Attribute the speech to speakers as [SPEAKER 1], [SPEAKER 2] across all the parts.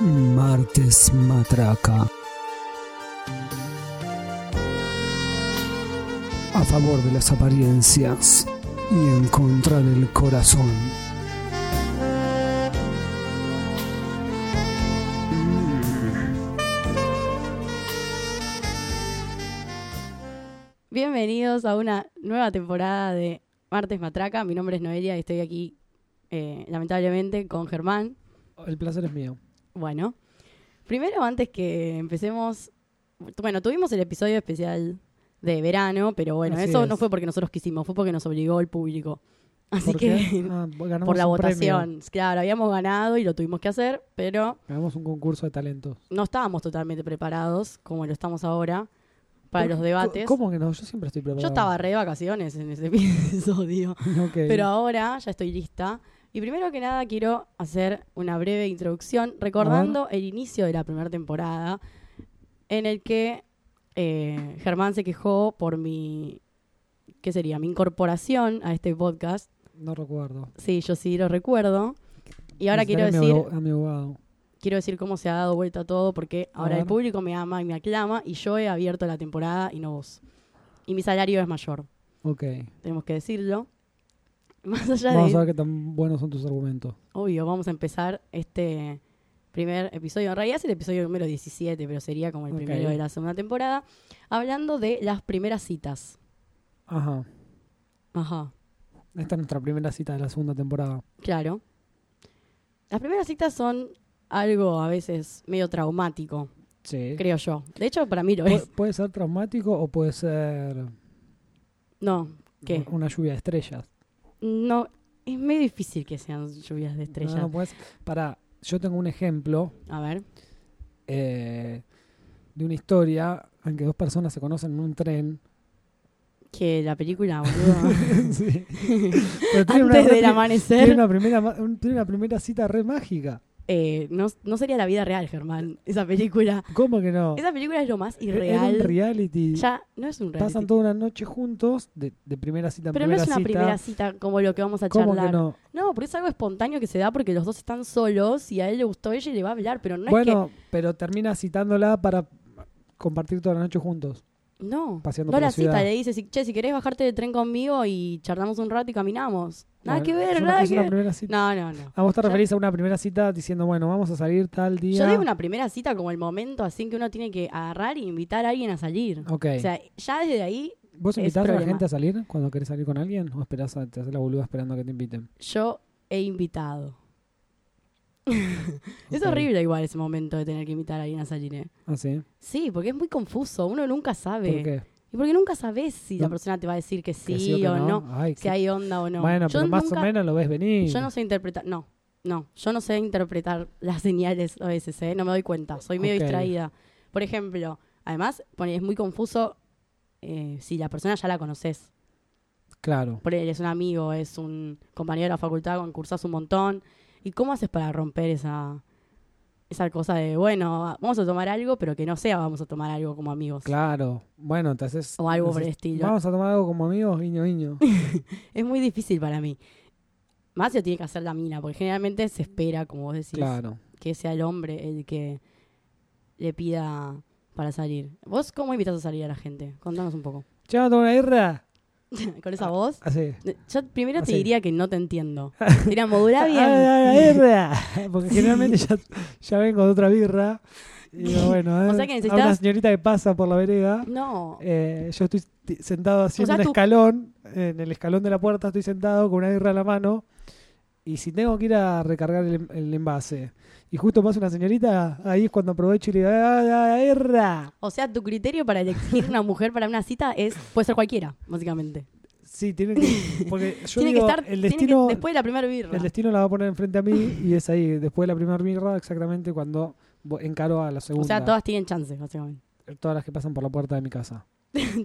[SPEAKER 1] Martes Matraca. A favor de las apariencias y en contra del corazón.
[SPEAKER 2] Bienvenidos a una nueva temporada de Martes Matraca. Mi nombre es Noelia y estoy aquí, eh, lamentablemente, con Germán.
[SPEAKER 3] El placer es mío.
[SPEAKER 2] Bueno, primero antes que empecemos, bueno, tuvimos el episodio especial de verano, pero bueno,
[SPEAKER 3] Así
[SPEAKER 2] eso
[SPEAKER 3] es.
[SPEAKER 2] no fue porque nosotros quisimos, fue porque nos obligó el público. Así
[SPEAKER 3] ¿Por
[SPEAKER 2] que
[SPEAKER 3] qué? Ah, ganamos
[SPEAKER 2] por la
[SPEAKER 3] un premio.
[SPEAKER 2] votación, claro, habíamos ganado y lo tuvimos que hacer, pero
[SPEAKER 3] Ganamos un concurso de talentos.
[SPEAKER 2] no estábamos totalmente preparados como lo estamos ahora para
[SPEAKER 3] ¿Por-
[SPEAKER 2] los
[SPEAKER 3] co-
[SPEAKER 2] debates.
[SPEAKER 3] ¿Cómo que no? Yo siempre estoy preparado.
[SPEAKER 2] Yo estaba re de vacaciones en ese episodio.
[SPEAKER 3] Ok.
[SPEAKER 2] Pero ahora ya estoy lista. Y primero que nada quiero hacer una breve introducción recordando el inicio de la primera temporada en el que eh, Germán se quejó por mi, ¿qué sería? Mi incorporación a este podcast.
[SPEAKER 3] No recuerdo.
[SPEAKER 2] Sí, yo sí lo recuerdo. Y ahora quiero
[SPEAKER 3] Necesitaré
[SPEAKER 2] decir,
[SPEAKER 3] A mi, abog- a mi abogado.
[SPEAKER 2] quiero decir cómo se ha dado vuelta todo porque
[SPEAKER 3] A
[SPEAKER 2] ahora el
[SPEAKER 3] ver.
[SPEAKER 2] público me ama y me aclama y yo he abierto la temporada y no vos. Y mi salario es mayor,
[SPEAKER 3] Ok.
[SPEAKER 2] tenemos que decirlo. Más allá de
[SPEAKER 3] Vamos a ver qué tan buenos son tus argumentos.
[SPEAKER 2] Obvio, vamos a empezar este primer episodio. En realidad es el episodio número 17, pero sería como el
[SPEAKER 3] Ok.
[SPEAKER 2] primero de la segunda temporada. Hablando de las primeras citas.
[SPEAKER 3] Ajá.
[SPEAKER 2] Ajá,
[SPEAKER 3] Esta es nuestra primera cita de la segunda temporada.
[SPEAKER 2] claro. Las primeras citas son algo a veces medio traumático,
[SPEAKER 3] Sí.
[SPEAKER 2] creo yo. De hecho, para mí lo
[SPEAKER 3] Pu-
[SPEAKER 2] es.
[SPEAKER 3] puede ser traumático o puede ser
[SPEAKER 2] No, ¿qué?
[SPEAKER 3] una lluvia de estrellas.
[SPEAKER 2] No, es medio difícil que sean lluvias de estrellas.
[SPEAKER 3] No, no puedes. pues, Para, yo tengo un ejemplo
[SPEAKER 2] A ver,
[SPEAKER 3] eh, de una historia en que dos personas se conocen en un tren.
[SPEAKER 2] que la película, boludo.
[SPEAKER 3] Sí. Pero tiene una
[SPEAKER 2] Antes
[SPEAKER 3] re-
[SPEAKER 2] del
[SPEAKER 3] Tiene
[SPEAKER 2] amanecer.
[SPEAKER 3] una primera, ma- un- tiene una primera cita re mágica.
[SPEAKER 2] Eh, no, no sería la vida real, Germán, esa película.
[SPEAKER 3] ¿Cómo que no? E-,
[SPEAKER 2] Esa película es lo más
[SPEAKER 3] Era un
[SPEAKER 2] irreal.
[SPEAKER 3] reality.
[SPEAKER 2] Ya no es un reality.
[SPEAKER 3] Pasan toda una noche juntos, de, de primera cita en
[SPEAKER 2] pero no
[SPEAKER 3] primera
[SPEAKER 2] es una
[SPEAKER 3] cita.
[SPEAKER 2] primera cita como lo que vamos a
[SPEAKER 3] ¿Cómo
[SPEAKER 2] charlar.
[SPEAKER 3] que no?
[SPEAKER 2] No, porque es algo espontáneo que se da porque los dos están solos y a él le gustó ella y le va a hablar, pero no es
[SPEAKER 3] bueno, pero termina citándola para compartir toda la noche juntos.
[SPEAKER 2] que. No.
[SPEAKER 3] paseando
[SPEAKER 2] No
[SPEAKER 3] por
[SPEAKER 2] la
[SPEAKER 3] la ciudad.
[SPEAKER 2] cita, le dice, si- che, si querés bajarte del tren conmigo y charlamos un rato y caminamos. Nada
[SPEAKER 3] Bueno,
[SPEAKER 2] que
[SPEAKER 3] es
[SPEAKER 2] ver,
[SPEAKER 3] una-
[SPEAKER 2] nada
[SPEAKER 3] es
[SPEAKER 2] que
[SPEAKER 3] una
[SPEAKER 2] ver.
[SPEAKER 3] primera cita.
[SPEAKER 2] No, no, no.
[SPEAKER 3] A vos te
[SPEAKER 2] Ya-
[SPEAKER 3] referís a una primera cita diciendo, bueno, vamos a salir tal día.
[SPEAKER 2] Yo digo una primera cita como el momento así en que uno tiene que agarrar y invitar a alguien a salir.
[SPEAKER 3] Ok.
[SPEAKER 2] O sea, ya desde ahí
[SPEAKER 3] ¿Vos
[SPEAKER 2] es
[SPEAKER 3] invitás a la
[SPEAKER 2] problema.
[SPEAKER 3] gente a salir cuando querés salir con alguien? ¿O esperás a, te haces la boluda esperando a que te inviten?
[SPEAKER 2] yo he invitado. Es
[SPEAKER 3] Ok.
[SPEAKER 2] horrible igual ese momento de tener que invitar a alguien a salir, ¿eh?
[SPEAKER 3] ¿Ah, sí?
[SPEAKER 2] Sí, porque es muy confuso, uno nunca
[SPEAKER 3] ¿Por
[SPEAKER 2] sabe.
[SPEAKER 3] qué?
[SPEAKER 2] Y porque nunca sabes si la
[SPEAKER 3] No.
[SPEAKER 2] persona te va a decir que sí,
[SPEAKER 3] ¿Que sí o que
[SPEAKER 2] o no,
[SPEAKER 3] Ay,
[SPEAKER 2] si
[SPEAKER 3] qué-
[SPEAKER 2] hay onda o no.
[SPEAKER 3] Bueno,
[SPEAKER 2] yo
[SPEAKER 3] pero más
[SPEAKER 2] nunca-
[SPEAKER 3] o menos lo ves venir.
[SPEAKER 2] Yo no sé interpretar, no, no, yo no sé interpretar las señales a veces, ¿eh? no me doy cuenta, soy medio
[SPEAKER 3] Ok.
[SPEAKER 2] distraída. Por ejemplo, además, pone, es muy confuso eh, si la persona ya la conoces.
[SPEAKER 3] Claro.
[SPEAKER 2] Por él es un amigo, es un compañero de la facultad, concursás un montón. ¿Y cómo haces para romper esa, esa cosa de, bueno, vamos a tomar algo, pero que no sea vamos a tomar algo como amigos?
[SPEAKER 3] Claro. Bueno, entonces.
[SPEAKER 2] O algo por
[SPEAKER 3] decís,
[SPEAKER 2] el estilo.
[SPEAKER 3] Vamos a tomar algo como amigos, guiño, guiño.
[SPEAKER 2] Es muy difícil para mí. Más si lo tiene que hacer la mina, porque generalmente se espera, como vos decís,
[SPEAKER 3] claro.
[SPEAKER 2] que sea el hombre el que le pida para salir. ¿Vos cómo invitas a salir a la gente? Contanos un poco.
[SPEAKER 3] Che, vamos a tomar una birra.
[SPEAKER 2] Con
[SPEAKER 3] Ah.
[SPEAKER 2] esa voz.
[SPEAKER 3] Así.
[SPEAKER 2] Yo primero te
[SPEAKER 3] Así.
[SPEAKER 2] diría que no te entiendo. Diría, modula
[SPEAKER 3] Ah,
[SPEAKER 2] bien.
[SPEAKER 3] ah, ah, birra. Porque generalmente ya, ya vengo de otra birra. Y digo, bueno,
[SPEAKER 2] O
[SPEAKER 3] eh,
[SPEAKER 2] sea que
[SPEAKER 3] a una
[SPEAKER 2] necesitas-
[SPEAKER 3] señorita que pasa por la vereda.
[SPEAKER 2] No.
[SPEAKER 3] eh, yo estoy t- sentado así
[SPEAKER 2] O sea,
[SPEAKER 3] en un
[SPEAKER 2] tú-
[SPEAKER 3] escalón. En el escalón de la puerta estoy sentado con una birra en la mano. Y si tengo que ir a recargar el, em-, el envase y justo pasa una señorita, ahí es cuando aprovecho y le digo, ¡Ah, la birra!
[SPEAKER 2] O sea, tu criterio para elegir una mujer para una cita es puede ser cualquiera, básicamente.
[SPEAKER 3] Sí, tiene que. Porque yo
[SPEAKER 2] tiene
[SPEAKER 3] digo,
[SPEAKER 2] que estar tiene
[SPEAKER 3] el
[SPEAKER 2] que-
[SPEAKER 3] destino.
[SPEAKER 2] después de la primera birra.
[SPEAKER 3] El destino la va a poner enfrente a mí y es ahí, después de la primera mirra, exactamente cuando vo- encaro a la segunda.
[SPEAKER 2] o sea, todas tienen chance, básicamente.
[SPEAKER 3] Todas las que pasan por la puerta de mi casa.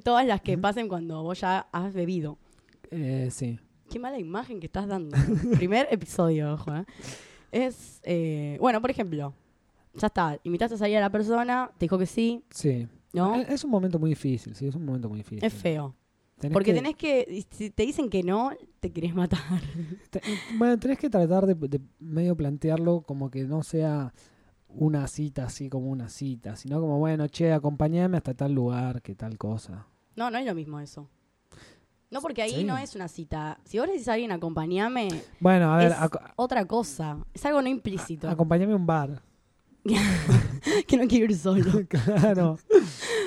[SPEAKER 2] todas las que
[SPEAKER 3] Ujú.
[SPEAKER 2] pasen cuando vos ya has bebido.
[SPEAKER 3] Eh, sí.
[SPEAKER 2] Qué mala imagen que estás dando. Primer episodio, ojo. ¿eh? Es, eh, bueno, por ejemplo, ya está, invitaste a salir a la persona, te dijo que sí,
[SPEAKER 3] Sí.
[SPEAKER 2] ¿no?
[SPEAKER 3] Eh, Es un momento muy difícil, sí, es un momento muy difícil.
[SPEAKER 2] Es feo.
[SPEAKER 3] Tenés
[SPEAKER 2] Porque
[SPEAKER 3] que-
[SPEAKER 2] tenés que, si te dicen que no, te querés matar.
[SPEAKER 3] te- bueno, tenés que tratar de, de medio plantearlo como que no sea una cita así como una cita, sino como, bueno, che, acompañame hasta tal lugar, que tal cosa.
[SPEAKER 2] No, no es lo mismo eso. No, porque ahí
[SPEAKER 3] Sí.
[SPEAKER 2] no es una cita. Si vos le decís a alguien, acompáñame,
[SPEAKER 3] Bueno, a ver,
[SPEAKER 2] es
[SPEAKER 3] aco-
[SPEAKER 2] otra cosa. Es algo no implícito.
[SPEAKER 3] acompañame a un bar.
[SPEAKER 2] que no quiero ir solo.
[SPEAKER 3] claro.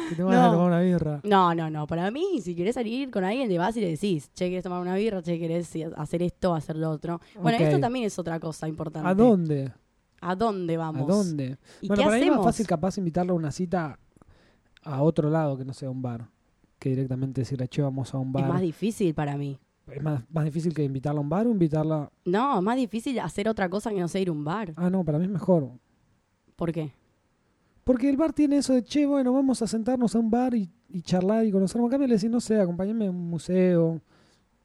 [SPEAKER 3] Que te van a
[SPEAKER 2] No.
[SPEAKER 3] tomar una birra.
[SPEAKER 2] No, no, no. Para mí, si querés salir con alguien, le vas y le decís, che, querés tomar una birra, che, querés hacer esto, hacer lo otro. Bueno,
[SPEAKER 3] Ok.
[SPEAKER 2] esto también es otra cosa importante.
[SPEAKER 3] ¿A dónde?
[SPEAKER 2] ¿A dónde
[SPEAKER 3] ¿A
[SPEAKER 2] vamos?
[SPEAKER 3] dónde?
[SPEAKER 2] ¿Y
[SPEAKER 3] bueno,
[SPEAKER 2] qué
[SPEAKER 3] para mí es
[SPEAKER 2] hacemos?
[SPEAKER 3] más fácil capaz invitarlo a una cita a otro lado que no sea un bar. Que directamente decirle, che, vamos a un
[SPEAKER 2] Es más
[SPEAKER 3] bar.
[SPEAKER 2] difícil para mí.
[SPEAKER 3] Es más, más difícil que invitarla a un bar o invitarla...
[SPEAKER 2] No, es más difícil hacer otra cosa que no sea ir a un bar.
[SPEAKER 3] Ah, no, para mí es mejor.
[SPEAKER 2] ¿Por qué?
[SPEAKER 3] Porque el bar tiene eso de, che, bueno, vamos a sentarnos a un bar y, y charlar y conocernos. En cambio, le decís, no sé, acompáñame a un museo,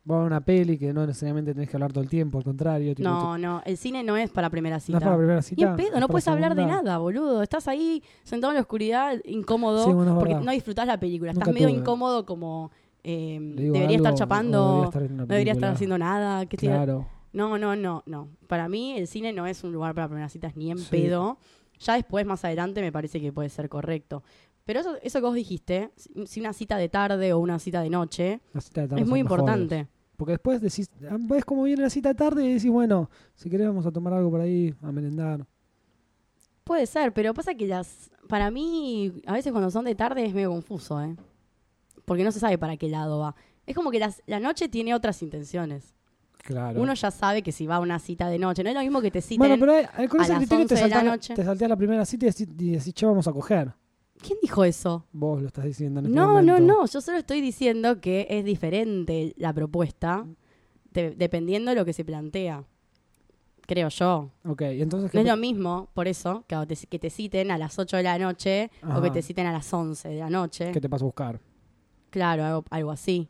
[SPEAKER 3] vamos a una peli, que no necesariamente tenés que hablar todo el tiempo, al contrario. tipo, te-
[SPEAKER 2] No, no, el cine no es para primera
[SPEAKER 3] no
[SPEAKER 2] cita.
[SPEAKER 3] es para la primera
[SPEAKER 2] Ni
[SPEAKER 3] cita.
[SPEAKER 2] en
[SPEAKER 3] es
[SPEAKER 2] pedo,
[SPEAKER 3] para
[SPEAKER 2] no puedes hablar de
[SPEAKER 3] segunda.
[SPEAKER 2] nada, boludo. Estás ahí sentado en la oscuridad, incómodo,
[SPEAKER 3] Sí, bueno, es
[SPEAKER 2] porque
[SPEAKER 3] verdad.
[SPEAKER 2] no disfrutás la película.
[SPEAKER 3] Nunca
[SPEAKER 2] Estás medio
[SPEAKER 3] tuve.
[SPEAKER 2] incómodo como eh,
[SPEAKER 3] Le digo
[SPEAKER 2] debería
[SPEAKER 3] algo,
[SPEAKER 2] estar
[SPEAKER 3] o
[SPEAKER 2] chapando,
[SPEAKER 3] debería estar viendo una
[SPEAKER 2] no debería estar
[SPEAKER 3] película.
[SPEAKER 2] haciendo nada. ¿qué te-
[SPEAKER 3] Claro.
[SPEAKER 2] No, no, no, no. Para mí el cine no es un lugar para primeras citas ni en
[SPEAKER 3] Sí.
[SPEAKER 2] pedo. Ya después, más adelante, me parece que puede ser correcto. Pero eso, eso que vos dijiste, si- si una cita de tarde o una cita de noche,
[SPEAKER 3] las citas de tarde
[SPEAKER 2] es
[SPEAKER 3] son
[SPEAKER 2] muy
[SPEAKER 3] mejores.
[SPEAKER 2] importante.
[SPEAKER 3] Porque después decís, ah, ves cómo viene la cita tarde y decís, bueno, si querés vamos a tomar algo por ahí, a merendar.
[SPEAKER 2] Puede ser, pero pasa que las. Para mí, a veces cuando son de tarde es medio confuso, ¿eh? Porque no se sabe para qué lado va. Es como que las- la noche tiene otras intenciones.
[SPEAKER 3] Claro.
[SPEAKER 2] Uno ya sabe que si va a una cita de noche, no es lo mismo que te citen.
[SPEAKER 3] bueno, pero ahí- ahí con
[SPEAKER 2] a
[SPEAKER 3] ese
[SPEAKER 2] las
[SPEAKER 3] criterio te
[SPEAKER 2] 11 de la
[SPEAKER 3] saltás, la
[SPEAKER 2] noche.
[SPEAKER 3] te saltás la primera cita y decís, y decís, che, vamos a coger.
[SPEAKER 2] ¿Quién dijo eso?
[SPEAKER 3] Vos lo estás diciendo en este
[SPEAKER 2] No, no,
[SPEAKER 3] momento.
[SPEAKER 2] no. Yo solo estoy diciendo que es diferente la propuesta de- dependiendo de lo que se plantea. Creo yo.
[SPEAKER 3] Ok, entonces...
[SPEAKER 2] No es lo mismo, por eso, que te, que te citen a las 8 de la noche o que
[SPEAKER 3] Ajá.
[SPEAKER 2] te citen a las 11 de la noche.
[SPEAKER 3] que te vas a buscar.
[SPEAKER 2] Claro, algo, algo así.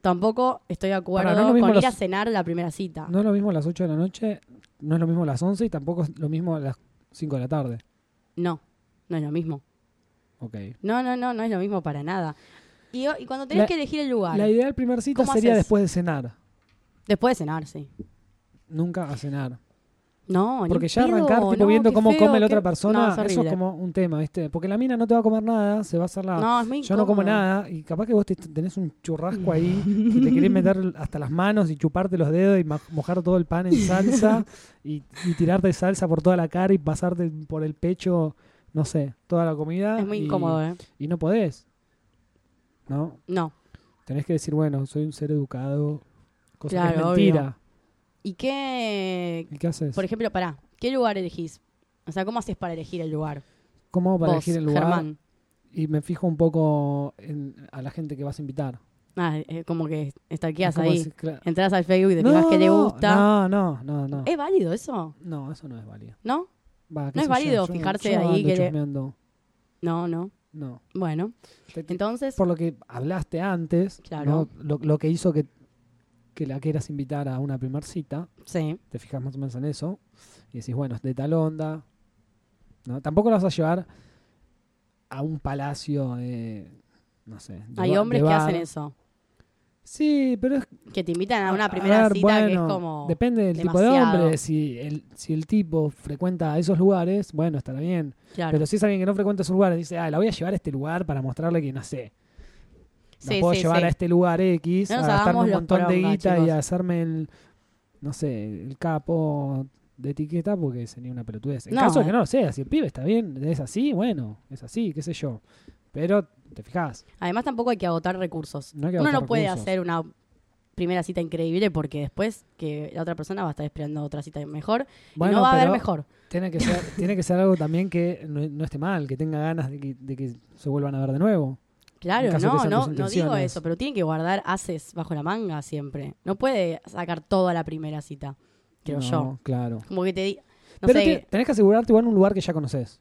[SPEAKER 2] Tampoco estoy de acuerdo
[SPEAKER 3] Para, no es lo mismo
[SPEAKER 2] con ir
[SPEAKER 3] los-
[SPEAKER 2] a cenar la primera cita.
[SPEAKER 3] No es lo mismo las 8 de la noche, no es lo mismo las 11 y tampoco es lo mismo las 5 de la tarde.
[SPEAKER 2] No, no es lo mismo.
[SPEAKER 3] Ok.
[SPEAKER 2] No, no, no, no es lo mismo para nada. Y, y cuando tenés
[SPEAKER 3] La-
[SPEAKER 2] que elegir el lugar,
[SPEAKER 3] La ideal primer cita
[SPEAKER 2] ¿Cómo
[SPEAKER 3] sería
[SPEAKER 2] haces?
[SPEAKER 3] después de cenar.
[SPEAKER 2] después de cenar, sí.
[SPEAKER 3] Nunca a cenar.
[SPEAKER 2] No, ni
[SPEAKER 3] Porque ya
[SPEAKER 2] pedo,
[SPEAKER 3] arrancar tipo,
[SPEAKER 2] no,
[SPEAKER 3] viendo
[SPEAKER 2] qué
[SPEAKER 3] cómo
[SPEAKER 2] feo,
[SPEAKER 3] come la
[SPEAKER 2] qué-
[SPEAKER 3] otra persona,
[SPEAKER 2] No, es
[SPEAKER 3] eso es
[SPEAKER 2] horrible.
[SPEAKER 3] como un tema, ¿viste? Porque la mina no te va a comer nada, se va a hacer la...
[SPEAKER 2] No, es muy
[SPEAKER 3] Yo no como
[SPEAKER 2] incómodo.
[SPEAKER 3] nada y capaz que vos te- tenés un churrasco ahí y te querés meter hasta las manos y chuparte los dedos y ma- mojar todo el pan en salsa y, y tirarte salsa por toda la cara y pasarte por el pecho, no sé, toda la comida.
[SPEAKER 2] Es muy
[SPEAKER 3] y-
[SPEAKER 2] incómodo, ¿eh?
[SPEAKER 3] Y no podés. ¿No?
[SPEAKER 2] No.
[SPEAKER 3] Tenés que decir, bueno, soy un ser educado. Cosa que es
[SPEAKER 2] Claro, obvio.
[SPEAKER 3] mentira.
[SPEAKER 2] ¿Y qué,
[SPEAKER 3] ¿Y qué haces?
[SPEAKER 2] por ejemplo, pará, qué lugar elegís? O sea, ¿cómo haces para elegir el lugar?
[SPEAKER 3] ¿Cómo hago para
[SPEAKER 2] Vos,
[SPEAKER 3] elegir el lugar?
[SPEAKER 2] Germán.
[SPEAKER 3] Y me fijo un poco en- a la gente que vas a invitar.
[SPEAKER 2] Ah, eh, como que
[SPEAKER 3] Es
[SPEAKER 2] estalqueas
[SPEAKER 3] como
[SPEAKER 2] ahí.
[SPEAKER 3] decir, claro,
[SPEAKER 2] Entrás al Facebook y te fijas que le gusta. Eh.
[SPEAKER 3] No, no, no, no.
[SPEAKER 2] ¿Es válido eso?
[SPEAKER 3] No, eso no es válido.
[SPEAKER 2] ¿No?
[SPEAKER 3] Va, qué
[SPEAKER 2] No es
[SPEAKER 3] sé
[SPEAKER 2] válido fijarse
[SPEAKER 3] yo
[SPEAKER 2] ahí
[SPEAKER 3] ando
[SPEAKER 2] que le-
[SPEAKER 3] chusmeando.
[SPEAKER 2] No, no.
[SPEAKER 3] No.
[SPEAKER 2] Bueno,
[SPEAKER 3] Te- te-
[SPEAKER 2] entonces,
[SPEAKER 3] Por lo que hablaste antes,
[SPEAKER 2] Claro.
[SPEAKER 3] ¿no? lo, lo que hizo que, que la quieras invitar a una primer cita,
[SPEAKER 2] sí.
[SPEAKER 3] te fijas más o menos en eso, y decís, bueno, es de tal onda. ¿no? Tampoco la vas a llevar a un palacio de, no sé. de
[SPEAKER 2] Hay
[SPEAKER 3] ba-
[SPEAKER 2] hombres
[SPEAKER 3] de
[SPEAKER 2] que
[SPEAKER 3] bar.
[SPEAKER 2] hacen eso,
[SPEAKER 3] Sí, pero es
[SPEAKER 2] que te invitan a una
[SPEAKER 3] A
[SPEAKER 2] primera
[SPEAKER 3] ver,
[SPEAKER 2] cita que es
[SPEAKER 3] bueno,
[SPEAKER 2] como...
[SPEAKER 3] Depende del tipo de
[SPEAKER 2] demasiado.
[SPEAKER 3] hombre. Si el, si el tipo frecuenta esos lugares, bueno, estará bien.
[SPEAKER 2] Claro.
[SPEAKER 3] Pero si es alguien que no frecuenta esos lugares, dice, ah, la voy a llevar a este lugar para mostrarle que no sé. La
[SPEAKER 2] Sí,
[SPEAKER 3] puedo
[SPEAKER 2] sí,
[SPEAKER 3] llevar
[SPEAKER 2] sí.
[SPEAKER 3] a este lugar X,
[SPEAKER 2] No
[SPEAKER 3] a
[SPEAKER 2] nos
[SPEAKER 3] gastarme
[SPEAKER 2] hagamos
[SPEAKER 3] un
[SPEAKER 2] los
[SPEAKER 3] montón de
[SPEAKER 2] poronga,
[SPEAKER 3] guita y
[SPEAKER 2] chicos.
[SPEAKER 3] a hacerme el, no sé, el capo de etiqueta porque sería una pelotudez. En
[SPEAKER 2] No. eh.
[SPEAKER 3] caso de que no lo sea, si el pibe está bien, es así, bueno, es así, qué sé yo. Pero te fijas,
[SPEAKER 2] Además tampoco hay que agotar recursos.
[SPEAKER 3] No hay que
[SPEAKER 2] Uno
[SPEAKER 3] agotar
[SPEAKER 2] no puede
[SPEAKER 3] recursos.
[SPEAKER 2] hacer una primera cita increíble porque después que la otra persona va a estar esperando otra cita mejor y
[SPEAKER 3] Bueno,
[SPEAKER 2] no va a haber
[SPEAKER 3] pero-
[SPEAKER 2] mejor.
[SPEAKER 3] tiene que ser, tiene que ser algo también que no, no esté mal, que tenga ganas de que- de que se vuelvan a ver de nuevo. en
[SPEAKER 2] Claro,
[SPEAKER 3] caso que
[SPEAKER 2] no,
[SPEAKER 3] sean
[SPEAKER 2] no,
[SPEAKER 3] tus
[SPEAKER 2] no digo
[SPEAKER 3] intenciones.
[SPEAKER 2] eso, pero tienen que guardar haces bajo la manga siempre. No puede sacar toda la primera cita, creo
[SPEAKER 3] No,
[SPEAKER 2] yo.
[SPEAKER 3] Claro.
[SPEAKER 2] Como que te di- no
[SPEAKER 3] Pero
[SPEAKER 2] sé,
[SPEAKER 3] te- tenés que asegurarte igual un lugar que ya conoces.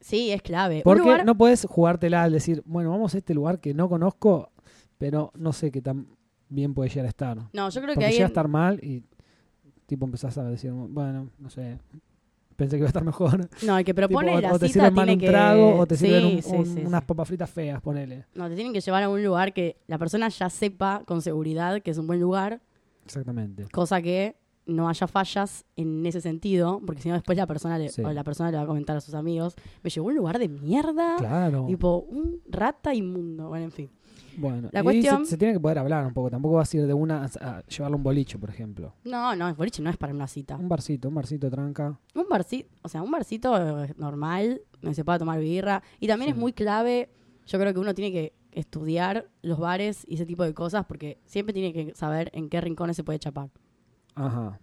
[SPEAKER 2] sí, es clave. Un
[SPEAKER 3] Porque
[SPEAKER 2] lugar-
[SPEAKER 3] no podés jugártela al decir, bueno, vamos a este lugar que no conozco, pero no sé qué tan bien puede llegar a estar.
[SPEAKER 2] no, yo creo
[SPEAKER 3] Porque
[SPEAKER 2] que ahí
[SPEAKER 3] llega a
[SPEAKER 2] en-
[SPEAKER 3] estar mal y tipo empezás a decir, bueno, no sé, Pensé que iba a estar mejor.
[SPEAKER 2] No, el que propone
[SPEAKER 3] Tipo, o-
[SPEAKER 2] la
[SPEAKER 3] o, te
[SPEAKER 2] cita
[SPEAKER 3] sirven mal
[SPEAKER 2] tiene
[SPEAKER 3] un
[SPEAKER 2] que...
[SPEAKER 3] trago o te
[SPEAKER 2] Sí,
[SPEAKER 3] sirven un-
[SPEAKER 2] sí,
[SPEAKER 3] un-
[SPEAKER 2] sí, sí.
[SPEAKER 3] unas papas fritas feas, ponele.
[SPEAKER 2] No, te tienen que llevar a un lugar que la persona ya sepa con seguridad que es un buen lugar,
[SPEAKER 3] Exactamente.
[SPEAKER 2] cosa que no haya fallas en ese sentido, porque si no después la persona le,
[SPEAKER 3] Sí.
[SPEAKER 2] o la persona le va a comentar a sus amigos, me llevó a un lugar de mierda,
[SPEAKER 3] Claro.
[SPEAKER 2] tipo un rata inmundo, bueno, en fin.
[SPEAKER 3] bueno,
[SPEAKER 2] la
[SPEAKER 3] y se-
[SPEAKER 2] cuestión-
[SPEAKER 3] se, tiene que poder hablar un poco. Tampoco vas a ir de una a, a llevarle un boliche, por ejemplo.
[SPEAKER 2] No, no, el boliche no es para una cita.
[SPEAKER 3] Un barcito, un barcito tranca.
[SPEAKER 2] Un barcito, o sea, un barcito eh, normal, donde se pueda tomar birra. Y también
[SPEAKER 3] Sí.
[SPEAKER 2] es muy clave, yo creo que uno tiene que estudiar los bares y ese tipo de cosas, porque siempre tiene que saber en qué rincones se puede chapar.
[SPEAKER 3] Ajá.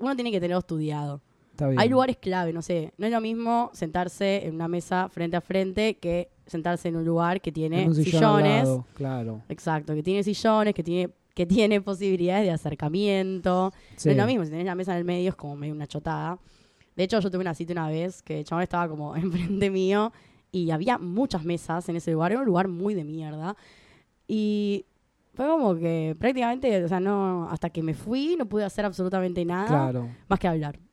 [SPEAKER 2] Uno tiene que tenerlo estudiado.
[SPEAKER 3] Está bien.
[SPEAKER 2] Hay lugares clave, no sé. No es lo mismo sentarse en una mesa frente a frente que sentarse en un lugar que tiene
[SPEAKER 3] En un
[SPEAKER 2] ¿eh?
[SPEAKER 3] sillón al
[SPEAKER 2] sillones.
[SPEAKER 3] lado, claro.
[SPEAKER 2] Exacto, que tiene sillones, que tiene que tiene posibilidades de acercamiento.
[SPEAKER 3] Sí.
[SPEAKER 2] No es lo mismo, si tenés la mesa en el medio es como medio una chotada. De hecho, yo tuve una cita una vez que el chabón estaba como enfrente mío y había muchas mesas en ese lugar. Era un lugar muy de mierda. Y fue como que prácticamente, o sea, no, hasta que me fui no pude hacer absolutamente nada
[SPEAKER 3] Claro.
[SPEAKER 2] más que hablar.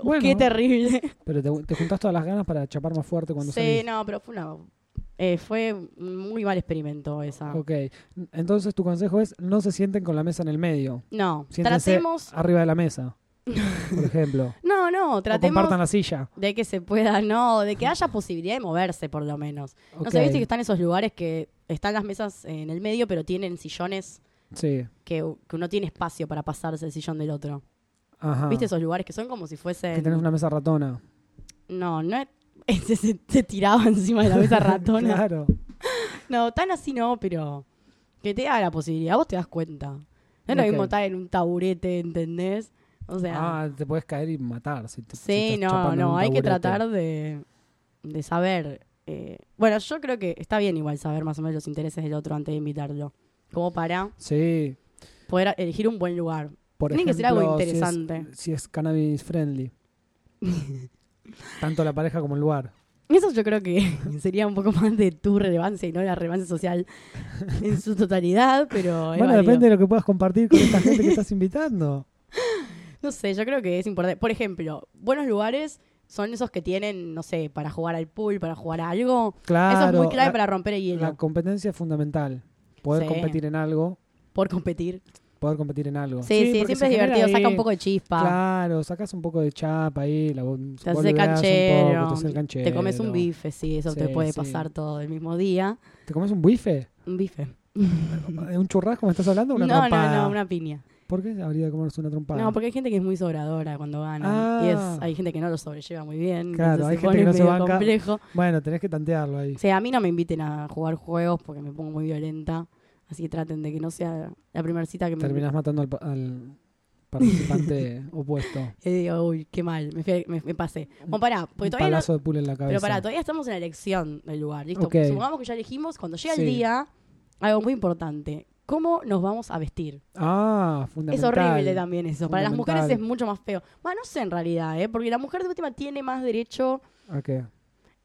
[SPEAKER 2] Oh,
[SPEAKER 3] Bueno.
[SPEAKER 2] Qué terrible.
[SPEAKER 3] Pero te, te juntás todas las ganas para chapar más fuerte cuando
[SPEAKER 2] sí,
[SPEAKER 3] salís.
[SPEAKER 2] no, pero fue una. eh, fue un muy mal experimento esa.
[SPEAKER 3] Ok. Entonces tu consejo es no se sienten con la mesa en el medio.
[SPEAKER 2] No,
[SPEAKER 3] Siéntense
[SPEAKER 2] tratemos.
[SPEAKER 3] arriba de la mesa, por ejemplo.
[SPEAKER 2] No, no,
[SPEAKER 3] o
[SPEAKER 2] tratemos
[SPEAKER 3] compartan la silla.
[SPEAKER 2] de que se pueda, no, de que haya posibilidad de moverse por lo menos. No sé,
[SPEAKER 3] Ok.
[SPEAKER 2] viste que están esos lugares que están las mesas en el medio, pero tienen sillones
[SPEAKER 3] Sí.
[SPEAKER 2] que, que uno tiene espacio para pasarse el sillón del otro.
[SPEAKER 3] Ajá.
[SPEAKER 2] ¿Viste esos lugares que son como si fuesen.
[SPEAKER 3] Ah. que tenés una mesa ratona.
[SPEAKER 2] No, no es. Se, se- se tiraba encima de la mesa ratona.
[SPEAKER 3] Claro.
[SPEAKER 2] No, tan así no, pero que te da la posibilidad, vos te das cuenta. No es lo
[SPEAKER 3] Ok.
[SPEAKER 2] mismo estar en un taburete, ¿entendés? O sea,
[SPEAKER 3] Ah, te puedes caer y matar. Si te, si
[SPEAKER 2] sí,
[SPEAKER 3] estás chapando
[SPEAKER 2] no,
[SPEAKER 3] en
[SPEAKER 2] no,
[SPEAKER 3] un
[SPEAKER 2] hay que
[SPEAKER 3] taburete.
[SPEAKER 2] tratar de, de saber. eh, bueno, yo creo que está bien igual saber más o menos los intereses del otro antes de invitarlo. Como para
[SPEAKER 3] Sí.
[SPEAKER 2] poder elegir un buen lugar.
[SPEAKER 3] Por
[SPEAKER 2] Tiene que ser
[SPEAKER 3] ejemplo,
[SPEAKER 2] algo
[SPEAKER 3] si es-
[SPEAKER 2] interesante.
[SPEAKER 3] Si es, cannabis friendly. Tanto la pareja como el lugar.
[SPEAKER 2] Eso yo creo que sería un poco más de tu relevancia y no la relevancia social en su totalidad, pero... es
[SPEAKER 3] bueno,
[SPEAKER 2] válido.
[SPEAKER 3] depende de lo que puedas compartir con esta gente que estás invitando.
[SPEAKER 2] No sé, yo creo que es importante. Por ejemplo, buenos lugares son esos que tienen, no sé, para jugar al pool, para jugar a algo.
[SPEAKER 3] Claro.
[SPEAKER 2] Eso es muy clave
[SPEAKER 3] la-
[SPEAKER 2] para romper el hielo.
[SPEAKER 3] La competencia es fundamental. Poder
[SPEAKER 2] Sí.
[SPEAKER 3] competir en algo.
[SPEAKER 2] Por competir.
[SPEAKER 3] Poder competir en algo.
[SPEAKER 2] Sí, sí,
[SPEAKER 3] porque
[SPEAKER 2] siempre
[SPEAKER 3] se
[SPEAKER 2] es
[SPEAKER 3] genera
[SPEAKER 2] divertido.
[SPEAKER 3] ahí-
[SPEAKER 2] Saca un poco de chispa.
[SPEAKER 3] Claro, sacas un poco de chapa ahí, la bol-
[SPEAKER 2] Te haces
[SPEAKER 3] boludeás un
[SPEAKER 2] canchero,
[SPEAKER 3] poco, te haces el canchero.
[SPEAKER 2] Te comes un bife, sí, eso te
[SPEAKER 3] Sí,
[SPEAKER 2] puede
[SPEAKER 3] sí.
[SPEAKER 2] pasar todo el mismo día.
[SPEAKER 3] ¿Te comes un bife?
[SPEAKER 2] Un bife.
[SPEAKER 3] ¿Un churrasco me estás hablando? o
[SPEAKER 2] No,
[SPEAKER 3] Una
[SPEAKER 2] no,
[SPEAKER 3] trompada?
[SPEAKER 2] no, una piña.
[SPEAKER 3] ¿Por qué habría que comerse una trompada?
[SPEAKER 2] No, porque hay gente que es muy sobradora cuando gana.
[SPEAKER 3] Ah.
[SPEAKER 2] Y es, hay gente que no lo sobrelleva muy bien.
[SPEAKER 3] Claro,
[SPEAKER 2] entonces
[SPEAKER 3] hay
[SPEAKER 2] se
[SPEAKER 3] gente
[SPEAKER 2] pone
[SPEAKER 3] que no se
[SPEAKER 2] medio
[SPEAKER 3] banca.
[SPEAKER 2] complejo.
[SPEAKER 3] Bueno, tenés que tantearlo ahí.
[SPEAKER 2] O sea, a mí no me inviten a jugar juegos porque me pongo muy violenta. Así que traten de que no sea la primera cita que me
[SPEAKER 3] Terminás matando al, pa- al participante opuesto.
[SPEAKER 2] Y digo, uy, qué mal, me, fui- me- me pasé. Bueno, pará, porque
[SPEAKER 3] Un
[SPEAKER 2] todavía no-
[SPEAKER 3] palazo de pool en la cabeza.
[SPEAKER 2] pero pará, todavía estamos en la elección del lugar, ¿listo?
[SPEAKER 3] Ok.
[SPEAKER 2] Supongamos que ya elegimos, cuando llega
[SPEAKER 3] Sí.
[SPEAKER 2] el día, algo muy importante. ¿Cómo nos vamos a vestir?
[SPEAKER 3] Ah,
[SPEAKER 2] Es
[SPEAKER 3] fundamental.
[SPEAKER 2] horrible también eso. Para las
[SPEAKER 3] Fundamental.
[SPEAKER 2] mujeres es mucho más feo. Bueno, no sé en realidad, ¿eh? Porque la mujer de última tiene más derecho.
[SPEAKER 3] ¿A qué?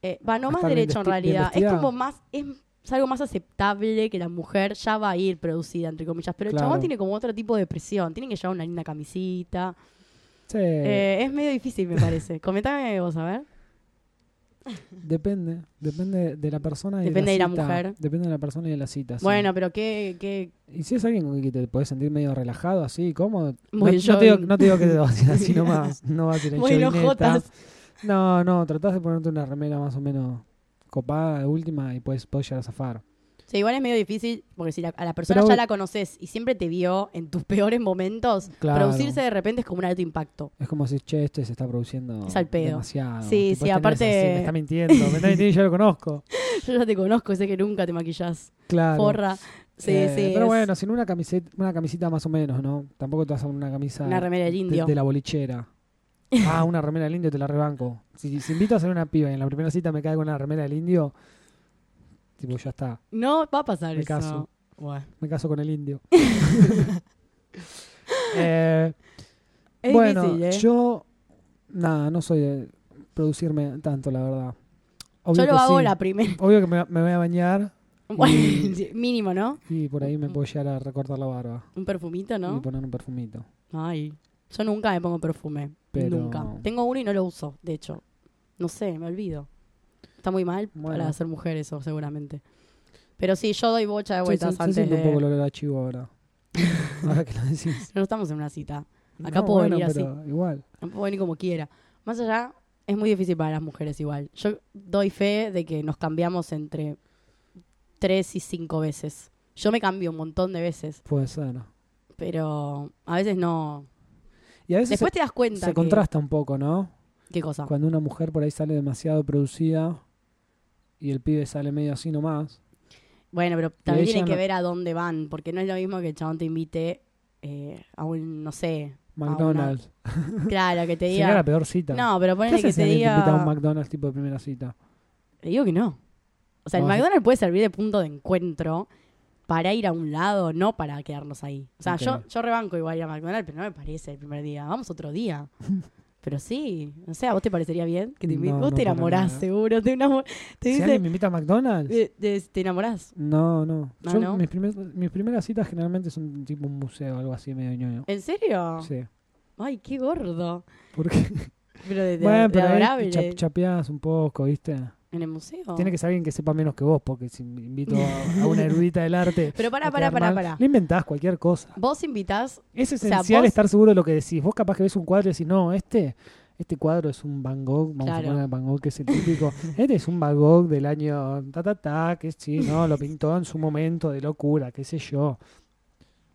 [SPEAKER 2] eh, Va, no
[SPEAKER 3] A
[SPEAKER 2] más
[SPEAKER 3] estar bien
[SPEAKER 2] derecho en
[SPEAKER 3] Ah, vesti- bien
[SPEAKER 2] realidad. Es
[SPEAKER 3] vestida.
[SPEAKER 2] como más. Es, es algo más aceptable que la mujer ya va a ir producida, entre comillas. Pero el
[SPEAKER 3] Claro.
[SPEAKER 2] chabón tiene como otro tipo de presión. Tienen que llevar una linda camisita.
[SPEAKER 3] Sí,
[SPEAKER 2] Eh, es medio difícil, me parece. Comentame vos, a ver.
[SPEAKER 3] depende. Depende de la persona y
[SPEAKER 2] Depende de
[SPEAKER 3] de
[SPEAKER 2] la
[SPEAKER 3] la, cita.
[SPEAKER 2] mujer.
[SPEAKER 3] Depende de la persona y de la cita. sí.
[SPEAKER 2] Bueno, pero qué, qué-
[SPEAKER 3] Y si es alguien con quien te podés sentir medio relajado, así, cómodo.
[SPEAKER 2] Muy
[SPEAKER 3] no, no te digo,
[SPEAKER 2] jogging.
[SPEAKER 3] no te digo que te vas a ir así nomás. No vas a ir en
[SPEAKER 2] Muy
[SPEAKER 3] joggineta.
[SPEAKER 2] enojotas.
[SPEAKER 3] No, no, tratás de ponerte una remera más o menos copada de última y puedes podés llegar a zafar.
[SPEAKER 2] Sí, igual es medio difícil, porque si la- a la persona
[SPEAKER 3] Pero
[SPEAKER 2] ya
[SPEAKER 3] vos-
[SPEAKER 2] la conoces y siempre te vio en tus peores momentos,
[SPEAKER 3] Claro.
[SPEAKER 2] producirse de repente es como un alto impacto.
[SPEAKER 3] Es como si, che, este se está produciendo
[SPEAKER 2] Es al pedo.
[SPEAKER 3] demasiado.
[SPEAKER 2] Sí,
[SPEAKER 3] Tipo,
[SPEAKER 2] sí,
[SPEAKER 3] este no es
[SPEAKER 2] aparte-
[SPEAKER 3] así, me está mintiendo, me está mintiendo y yo lo conozco.
[SPEAKER 2] Yo ya te conozco, sé que nunca te maquillás.
[SPEAKER 3] Claro.
[SPEAKER 2] Porra. Sí,
[SPEAKER 3] Eh,
[SPEAKER 2] sí. es
[SPEAKER 3] Pero bueno, sin una camiseta, una camisita más o menos, ¿no? Tampoco te vas a poner una camisa
[SPEAKER 2] Una remera del
[SPEAKER 3] de-
[SPEAKER 2] indio.
[SPEAKER 3] De, la bolichera. Ah, una remera del indio te la rebanco. Si, si invito a hacer una piba y en la primera cita me cae con una remera del indio, tipo, ya está.
[SPEAKER 2] No va a pasar
[SPEAKER 3] Me
[SPEAKER 2] eso.
[SPEAKER 3] caso.
[SPEAKER 2] Bueno.
[SPEAKER 3] Me caso con el indio. Eh,
[SPEAKER 2] Es
[SPEAKER 3] bueno,
[SPEAKER 2] difícil, ¿eh? Yo,
[SPEAKER 3] yo. Nada, no soy de producirme tanto, la verdad. Obvio
[SPEAKER 2] lo
[SPEAKER 3] que
[SPEAKER 2] hago
[SPEAKER 3] sí.
[SPEAKER 2] la primera.
[SPEAKER 3] Obvio que me, me voy a bañar
[SPEAKER 2] Bueno, sí, mínimo, ¿no?
[SPEAKER 3] y por ahí me puedo llegar a recortar la barba
[SPEAKER 2] Un perfumito,
[SPEAKER 3] y
[SPEAKER 2] ¿no?
[SPEAKER 3] poner un perfumito.
[SPEAKER 2] Ay. Yo nunca me pongo perfume.
[SPEAKER 3] Pero-
[SPEAKER 2] Nunca. Tengo uno y no lo uso, de hecho. No sé, me olvido. Está muy mal
[SPEAKER 3] Bueno.
[SPEAKER 2] para ser mujer eso, seguramente. Pero sí, yo doy bocha de
[SPEAKER 3] Sí,
[SPEAKER 2] vueltas
[SPEAKER 3] sí, sí,
[SPEAKER 2] antes
[SPEAKER 3] siento
[SPEAKER 2] de...
[SPEAKER 3] un poco lo olor a chivo ahora. ahora que lo decís.
[SPEAKER 2] No estamos en una cita. Acá
[SPEAKER 3] No,
[SPEAKER 2] puedo
[SPEAKER 3] bueno,
[SPEAKER 2] venir
[SPEAKER 3] pero Igual.
[SPEAKER 2] No puedo venir como quiera. Más allá, es muy difícil para las mujeres igual. Yo doy fe de que nos cambiamos entre tres y cinco veces. Yo me cambio un montón de veces,
[SPEAKER 3] Puede ser.
[SPEAKER 2] pero a veces no.
[SPEAKER 3] Y a veces
[SPEAKER 2] Después te das
[SPEAKER 3] se,
[SPEAKER 2] cuenta.
[SPEAKER 3] se
[SPEAKER 2] que-
[SPEAKER 3] contrasta un poco, ¿no?
[SPEAKER 2] ¿Qué cosa?
[SPEAKER 3] Cuando una mujer por ahí sale demasiado producida y el pibe sale medio así nomás.
[SPEAKER 2] Bueno, pero también
[SPEAKER 3] ella
[SPEAKER 2] tienen que
[SPEAKER 3] no-
[SPEAKER 2] ver a dónde van, porque no es lo mismo que el chabón te invite eh, a un, no sé,
[SPEAKER 3] McDonald's.
[SPEAKER 2] claro, que te
[SPEAKER 3] Sería la
[SPEAKER 2] Ah, diga.
[SPEAKER 3] peor cita.
[SPEAKER 2] No, pero
[SPEAKER 3] ¿Qué
[SPEAKER 2] ponele que
[SPEAKER 3] haces si
[SPEAKER 2] te
[SPEAKER 3] alguien te invita a un
[SPEAKER 2] diga.
[SPEAKER 3] McDonald's tipo de primera cita?
[SPEAKER 2] Le digo que no. O sea, el
[SPEAKER 3] No, sí.
[SPEAKER 2] McDonald's puede servir de punto de encuentro para ir a un lado, no para quedarnos ahí. O sea,
[SPEAKER 3] Ok.
[SPEAKER 2] yo, yo rebanco igual ir a McDonald's, pero no me parece el primer día. Vamos otro día. pero sí, o sea, ¿vos te parecería bien? Que te invite-
[SPEAKER 3] No,
[SPEAKER 2] vos
[SPEAKER 3] no,
[SPEAKER 2] te
[SPEAKER 3] para
[SPEAKER 2] enamorás,
[SPEAKER 3] nada.
[SPEAKER 2] seguro. Te, enamo- te
[SPEAKER 3] Si
[SPEAKER 2] dice,
[SPEAKER 3] alguien me invita a McDonald's.
[SPEAKER 2] eh, te, te enamorás.
[SPEAKER 3] No, no.
[SPEAKER 2] No,
[SPEAKER 3] Yo,
[SPEAKER 2] Ah, no.
[SPEAKER 3] Mis, primer- mis primeras citas generalmente son tipo un museo, algo así medio ñoño.
[SPEAKER 2] ¿En serio?
[SPEAKER 3] Sí.
[SPEAKER 2] Ay, qué gordo.
[SPEAKER 3] Porque,
[SPEAKER 2] Pero de, de-
[SPEAKER 3] bueno,
[SPEAKER 2] de
[SPEAKER 3] pero ahí
[SPEAKER 2] adorable.
[SPEAKER 3] chap- chapeás un poco, ¿viste?
[SPEAKER 2] ¿En el museo?
[SPEAKER 3] Tiene que ser alguien que sepa menos que vos, porque si me invito a, a una erudita del arte.
[SPEAKER 2] Pero pará,
[SPEAKER 3] va a
[SPEAKER 2] pará,
[SPEAKER 3] quedar
[SPEAKER 2] pará,
[SPEAKER 3] mal.
[SPEAKER 2] pará.
[SPEAKER 3] Le inventás cualquier cosa.
[SPEAKER 2] Vos invitás...
[SPEAKER 3] Es
[SPEAKER 2] sea,
[SPEAKER 3] esencial
[SPEAKER 2] vos-
[SPEAKER 3] estar seguro de lo que decís. Vos capaz que ves un cuadro y decís, no, este, este cuadro es un Van Gogh, vamos
[SPEAKER 2] Claro.
[SPEAKER 3] a poner a Van Gogh que es el típico. este es un Van Gogh del año ta ta ta, que sí, no, lo pintó en su momento de locura, qué sé yo.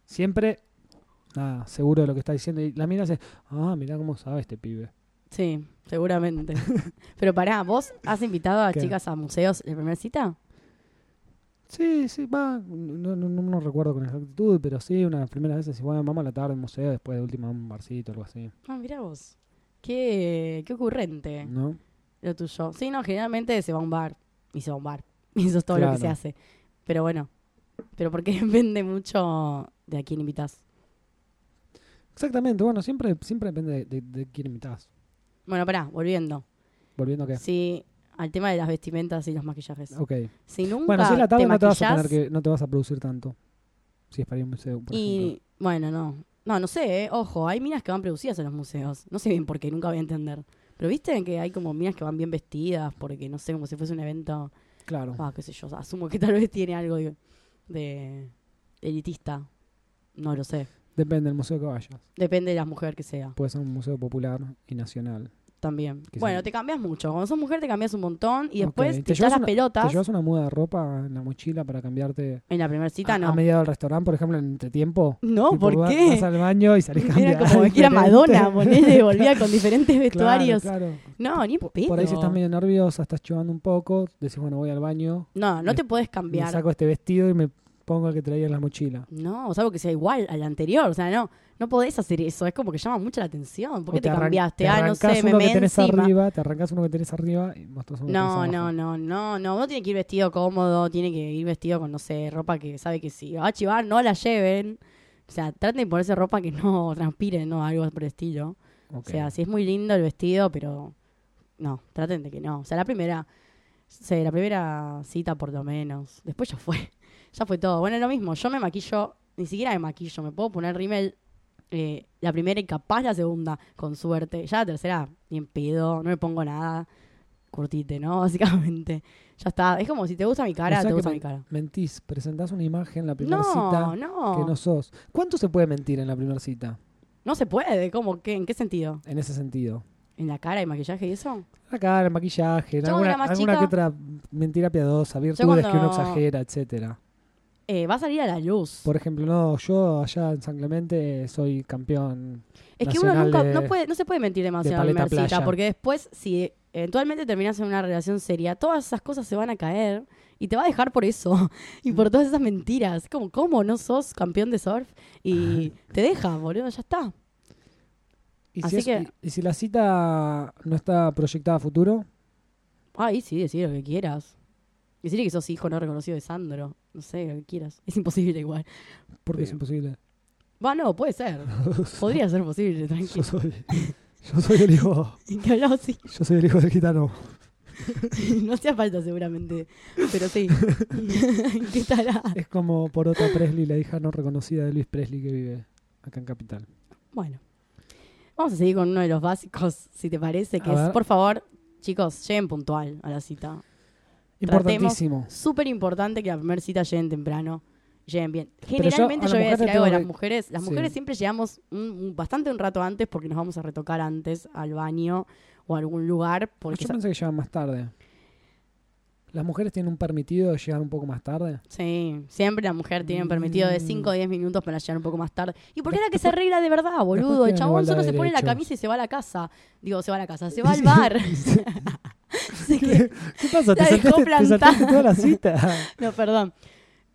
[SPEAKER 3] Siempre, nada, seguro de lo que está diciendo. Y la mina dice, ah, mirá cómo sabe este pibe.
[SPEAKER 2] Sí, seguramente. pero pará, ¿vos has invitado a
[SPEAKER 3] ¿Qué?
[SPEAKER 2] chicas a museos en primera cita?
[SPEAKER 3] Sí, sí, va, no, no, no, no recuerdo con exactitud, pero sí, una de las primeras veces, bueno, vamos a la tarde al museo, después de última a un barcito, algo así,
[SPEAKER 2] Ah, mirá vos. Qué, qué ocurrente
[SPEAKER 3] ¿no?
[SPEAKER 2] lo tuyo. Sí, no, generalmente se va a un bar. Y se va a un bar. Y eso es todo lo que se
[SPEAKER 3] Claro.
[SPEAKER 2] hace. Pero bueno. Pero porque depende mucho de a quién invitas.
[SPEAKER 3] Exactamente, bueno, siempre, siempre depende de, de- de quién invitás.
[SPEAKER 2] Bueno, pará, volviendo.
[SPEAKER 3] Volviendo a qué.
[SPEAKER 2] Sí, al tema de las vestimentas y los maquillajes.
[SPEAKER 3] Ok.
[SPEAKER 2] Si nunca
[SPEAKER 3] Bueno, si es la tarde
[SPEAKER 2] te
[SPEAKER 3] no te vas a
[SPEAKER 2] maquillás,
[SPEAKER 3] tener que, no te vas a producir tanto. Si es para ir a un museo, por ejemplo.
[SPEAKER 2] Y bueno, no. No, no sé, eh. ojo, hay minas que van producidas en los museos. No sé bien por qué, nunca voy a entender. Pero viste que hay como minas que van bien vestidas, porque no sé, como si fuese un evento.
[SPEAKER 3] Claro.
[SPEAKER 2] Ah, qué sé yo, asumo que tal vez tiene algo de, de elitista. No lo sé.
[SPEAKER 3] Depende del museo que vayas.
[SPEAKER 2] Depende de la mujer que sea
[SPEAKER 3] Puede ser un museo popular y nacional.
[SPEAKER 2] también.
[SPEAKER 3] Que
[SPEAKER 2] bueno,
[SPEAKER 3] sí.
[SPEAKER 2] te cambias mucho. Cuando sos mujer te cambias un montón y después
[SPEAKER 3] Ok,
[SPEAKER 2] te,
[SPEAKER 3] te
[SPEAKER 2] echas
[SPEAKER 3] llevas
[SPEAKER 2] las
[SPEAKER 3] una-
[SPEAKER 2] pelotas.
[SPEAKER 3] ¿Te llevas una muda de ropa en la mochila para cambiarte
[SPEAKER 2] En la primera cita
[SPEAKER 3] a,
[SPEAKER 2] no.
[SPEAKER 3] a media hora del restaurante, por ejemplo, en entre tiempo?
[SPEAKER 2] No,
[SPEAKER 3] Tipo,
[SPEAKER 2] ¿por
[SPEAKER 3] vas-
[SPEAKER 2] qué?
[SPEAKER 3] Vas al baño y salís cambiada.
[SPEAKER 2] Era como que era
[SPEAKER 3] diferente.
[SPEAKER 2] Madonna, ponele, volvía con diferentes
[SPEAKER 3] Claro,
[SPEAKER 2] vestuarios.
[SPEAKER 3] claro.
[SPEAKER 2] No, ni en
[SPEAKER 3] Por- Por ahí si
[SPEAKER 2] pedo.
[SPEAKER 3] estás medio nerviosa, estás chivando un poco, decís, bueno, voy al baño,
[SPEAKER 2] No, no
[SPEAKER 3] Me-
[SPEAKER 2] te puedes
[SPEAKER 3] me
[SPEAKER 2] cambiar.
[SPEAKER 3] saco este vestido y me pongo el que traía en la mochila.
[SPEAKER 2] No, salvo que sea igual al anterior. O sea, no, no podés hacer eso. Es como que llama mucho la atención. ¿Por
[SPEAKER 3] O
[SPEAKER 2] qué te,
[SPEAKER 3] arran-
[SPEAKER 2] cambiaste?
[SPEAKER 3] te
[SPEAKER 2] ah, no
[SPEAKER 3] arrancás
[SPEAKER 2] sé, me
[SPEAKER 3] uno que
[SPEAKER 2] me
[SPEAKER 3] tenés
[SPEAKER 2] encima.
[SPEAKER 3] arriba, te arrancas uno que tenés arriba y mostrás uno
[SPEAKER 2] No,
[SPEAKER 3] que tenés
[SPEAKER 2] no,
[SPEAKER 3] abajo.
[SPEAKER 2] no, no, no. Uno tiene que ir vestido cómodo, tiene que ir vestido con, no sé, ropa que sabe que si va a chivar, no la lleven. O sea, traten de ponerse ropa que no transpire, ¿no? Algo por el estilo.
[SPEAKER 3] Ok.
[SPEAKER 2] O sea, si es muy lindo el vestido, pero no, traten de que no. O sea, la primera, sé, la primera cita por lo menos. Después ya fue, ya fue todo. Bueno, es lo mismo, yo me maquillo, ni siquiera me maquillo, me puedo poner rímel eh, la primera y capaz la segunda, con suerte. Ya la tercera, ni en pedo, no me pongo nada. Curtite, ¿no? Básicamente. Ya está. Es como si te gusta mi cara,
[SPEAKER 3] O
[SPEAKER 2] te
[SPEAKER 3] sea que
[SPEAKER 2] gusta
[SPEAKER 3] me-
[SPEAKER 2] mi cara.
[SPEAKER 3] Mentís, presentás una imagen en la primera
[SPEAKER 2] No,
[SPEAKER 3] cita que
[SPEAKER 2] no.
[SPEAKER 3] no
[SPEAKER 2] No,
[SPEAKER 3] sos. ¿Cuánto se puede mentir en la primera cita?
[SPEAKER 2] se puede. ¿Cómo? ¿Qué? ¿En qué sentido?
[SPEAKER 3] En ese sentido.
[SPEAKER 2] ¿En la cara y maquillaje y eso?
[SPEAKER 3] La cara, el maquillaje, en
[SPEAKER 2] Yo cuando
[SPEAKER 3] alguna,
[SPEAKER 2] era más
[SPEAKER 3] alguna
[SPEAKER 2] chica-
[SPEAKER 3] que otra mentira piadosa, virtudes que uno
[SPEAKER 2] cuando-
[SPEAKER 3] exagera, etcétera.
[SPEAKER 2] Eh, va a salir a la luz.
[SPEAKER 3] Por ejemplo, no, yo allá en San Clemente soy campeón.
[SPEAKER 2] Es que uno
[SPEAKER 3] nacional
[SPEAKER 2] nunca,
[SPEAKER 3] de-
[SPEAKER 2] no, puede, no se puede mentir demasiado
[SPEAKER 3] de
[SPEAKER 2] en la
[SPEAKER 3] paleta
[SPEAKER 2] primera cita,
[SPEAKER 3] playa.
[SPEAKER 2] porque después, si eventualmente terminas en una relación seria, todas esas cosas se van a caer y te va a dejar por eso y
[SPEAKER 3] Mm.
[SPEAKER 2] por todas esas mentiras. Es Como, ¿cómo no sos campeón de surf? Y te deja, boludo, ya está.
[SPEAKER 3] Y
[SPEAKER 2] Así
[SPEAKER 3] si, es-
[SPEAKER 2] que-
[SPEAKER 3] y, y si la cita no está proyectada a futuro,
[SPEAKER 2] Ahí sí, decir lo que quieras. Decirle que sos hijo no reconocido de Sandro. No sé, lo que quieras. Es imposible igual.
[SPEAKER 3] porque es
[SPEAKER 2] Pero-
[SPEAKER 3] imposible.
[SPEAKER 2] Va, no, puede ser. Podría ser posible,
[SPEAKER 3] Yo
[SPEAKER 2] tranquilo.
[SPEAKER 3] soy, yo soy el hijo,
[SPEAKER 2] Que hablaba así.
[SPEAKER 3] yo soy el hijo del gitano.
[SPEAKER 2] No hacía falta seguramente. Pero sí. ¿Qué tal?
[SPEAKER 3] Es como Porota Presley, la hija no reconocida de Luis Presley que vive acá en Capital.
[SPEAKER 2] Bueno. Vamos a seguir con uno de los básicos, si te parece, que
[SPEAKER 3] A
[SPEAKER 2] es,
[SPEAKER 3] ver.
[SPEAKER 2] por favor, chicos, lleguen puntual a la cita.
[SPEAKER 3] Importantísimo.
[SPEAKER 2] Súper importante que la primera cita lleguen temprano, lleguen bien.
[SPEAKER 3] yo
[SPEAKER 2] Generalmente
[SPEAKER 3] a
[SPEAKER 2] yo, voy a
[SPEAKER 3] las mujeres
[SPEAKER 2] decir algo de
[SPEAKER 3] tengo
[SPEAKER 2] las
[SPEAKER 3] que-
[SPEAKER 2] mujeres. Las
[SPEAKER 3] Sí.
[SPEAKER 2] mujeres siempre llegamos un- un- bastante un rato antes porque nos vamos a retocar antes al baño o a algún lugar. Porque
[SPEAKER 3] Ah, Yo
[SPEAKER 2] sa-
[SPEAKER 3] pensé que llegan más tarde. ¿Las mujeres tienen un permitido de llegar un poco más tarde?
[SPEAKER 2] Sí, siempre la mujer tiene un permitido de
[SPEAKER 3] Mm.
[SPEAKER 2] 5 o 10 minutos para llegar un poco más tarde. ¿Y por qué
[SPEAKER 3] Después-
[SPEAKER 2] era que se arregla de verdad, boludo?
[SPEAKER 3] tienen
[SPEAKER 2] El chabón
[SPEAKER 3] igualdad
[SPEAKER 2] solo
[SPEAKER 3] de
[SPEAKER 2] se pone la
[SPEAKER 3] derechos.
[SPEAKER 2] camisa y se va a la casa. Digo, se va a la casa, se va al bar. Así que-
[SPEAKER 3] ¿Qué pasa? ¿Te
[SPEAKER 2] La dejó
[SPEAKER 3] saltaste, te
[SPEAKER 2] plantada.
[SPEAKER 3] saltaste toda la cita?
[SPEAKER 2] No, perdón.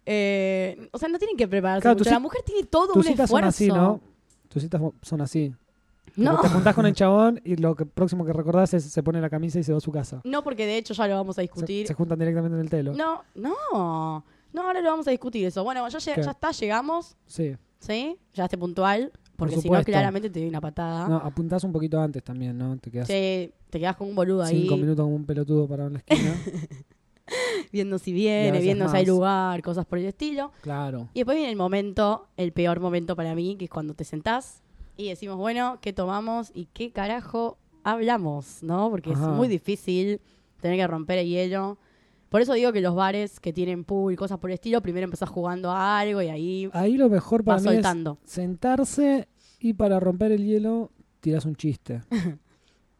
[SPEAKER 2] Eh, o sea, no tienen que prepararse
[SPEAKER 3] Claro,
[SPEAKER 2] mucho.
[SPEAKER 3] tus
[SPEAKER 2] La
[SPEAKER 3] cit-
[SPEAKER 2] mujer tiene todo un
[SPEAKER 3] Tus citas
[SPEAKER 2] esfuerzo.
[SPEAKER 3] son así, ¿no? Tus citas fo- son así.
[SPEAKER 2] No,
[SPEAKER 3] Porque Te juntás con el chabón y lo que, próximo que recordás es se pone la camisa y se va a su casa.
[SPEAKER 2] no, porque de hecho ya lo vamos a
[SPEAKER 3] Se,
[SPEAKER 2] discutir.
[SPEAKER 3] se juntan directamente en el telo.
[SPEAKER 2] No, no. No, ahora lo vamos a discutir eso. Bueno, ya, lle-
[SPEAKER 3] ¿Qué?
[SPEAKER 2] ya está, llegamos,
[SPEAKER 3] Sí.
[SPEAKER 2] ¿sí? Ya esté puntual, porque si no,
[SPEAKER 3] supuesto.
[SPEAKER 2] claramente te doy una patada.
[SPEAKER 3] No, apuntás un poquito antes también, ¿no? Te quedas
[SPEAKER 2] Che, te quedas con un boludo ahí,
[SPEAKER 3] cinco minutos como un pelotudo parado en la esquina.
[SPEAKER 2] viendo si
[SPEAKER 3] Y a
[SPEAKER 2] viene,
[SPEAKER 3] veces
[SPEAKER 2] viendo si hay
[SPEAKER 3] más.
[SPEAKER 2] lugar, cosas por el estilo.
[SPEAKER 3] claro.
[SPEAKER 2] Y después viene el momento, el peor momento para mí, que es cuando te sentás y decimos, bueno, ¿qué tomamos y qué carajo hablamos? ¿No? Porque
[SPEAKER 3] Ajá.
[SPEAKER 2] es muy difícil tener que romper el hielo. Por eso digo que los bares que tienen pool y cosas por el estilo, primero empezás jugando a algo y ahí
[SPEAKER 3] Ahí lo mejor Ah, para
[SPEAKER 2] vas
[SPEAKER 3] mí
[SPEAKER 2] soltando.
[SPEAKER 3] es sentarse y para romper el hielo tirás un chiste.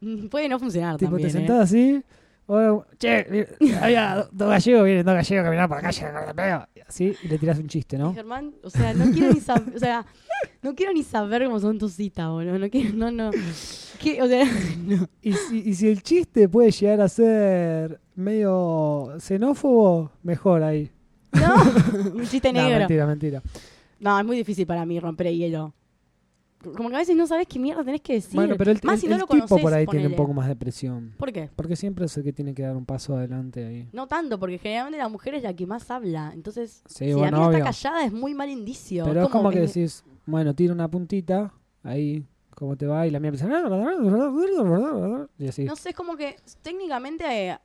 [SPEAKER 2] Mm, Puede no funcionar
[SPEAKER 3] tipo,
[SPEAKER 2] Ah, también,
[SPEAKER 3] te
[SPEAKER 2] ¿eh?
[SPEAKER 3] sentás así. ahora, che, mira, había do- dos gallegos, vienen dos gallegos caminando por la calle, con el pedo", y así, y le tirás un chiste,
[SPEAKER 2] Y
[SPEAKER 3] ¿no?
[SPEAKER 2] Germán, o sea, no quiero ni saber, o sea, no quiero ni saber cómo son tus citas, boludo. No quiero, no, no. ¿Qué? O sea, no.
[SPEAKER 3] Y si, y si el chiste puede llegar a ser medio xenófobo, mejor ahí.
[SPEAKER 2] No, un chiste
[SPEAKER 3] No,
[SPEAKER 2] negro.
[SPEAKER 3] mentira, mentira.
[SPEAKER 2] No, es muy difícil para mí romper el hielo. Como que a veces no sabes qué mierda tenés que decir.
[SPEAKER 3] bueno, pero el,
[SPEAKER 2] Más
[SPEAKER 3] el-
[SPEAKER 2] si no
[SPEAKER 3] el
[SPEAKER 2] lo
[SPEAKER 3] tipo
[SPEAKER 2] conocés,
[SPEAKER 3] por ahí tiene
[SPEAKER 2] ponele.
[SPEAKER 3] un poco más de presión.
[SPEAKER 2] ¿Por qué?
[SPEAKER 3] Porque siempre es el que tiene que dar un paso adelante ahí.
[SPEAKER 2] No tanto, porque generalmente la mujer es la que más habla. Entonces,
[SPEAKER 3] Sí,
[SPEAKER 2] si la
[SPEAKER 3] bueno,
[SPEAKER 2] mina
[SPEAKER 3] obvio.
[SPEAKER 2] está callada es muy mal indicio.
[SPEAKER 3] Pero es como que
[SPEAKER 2] eh,
[SPEAKER 3] decís, bueno, tira una puntita, ahí, como te va, y la mía empieza. Y así.
[SPEAKER 2] No sé, es como que técnicamente eh,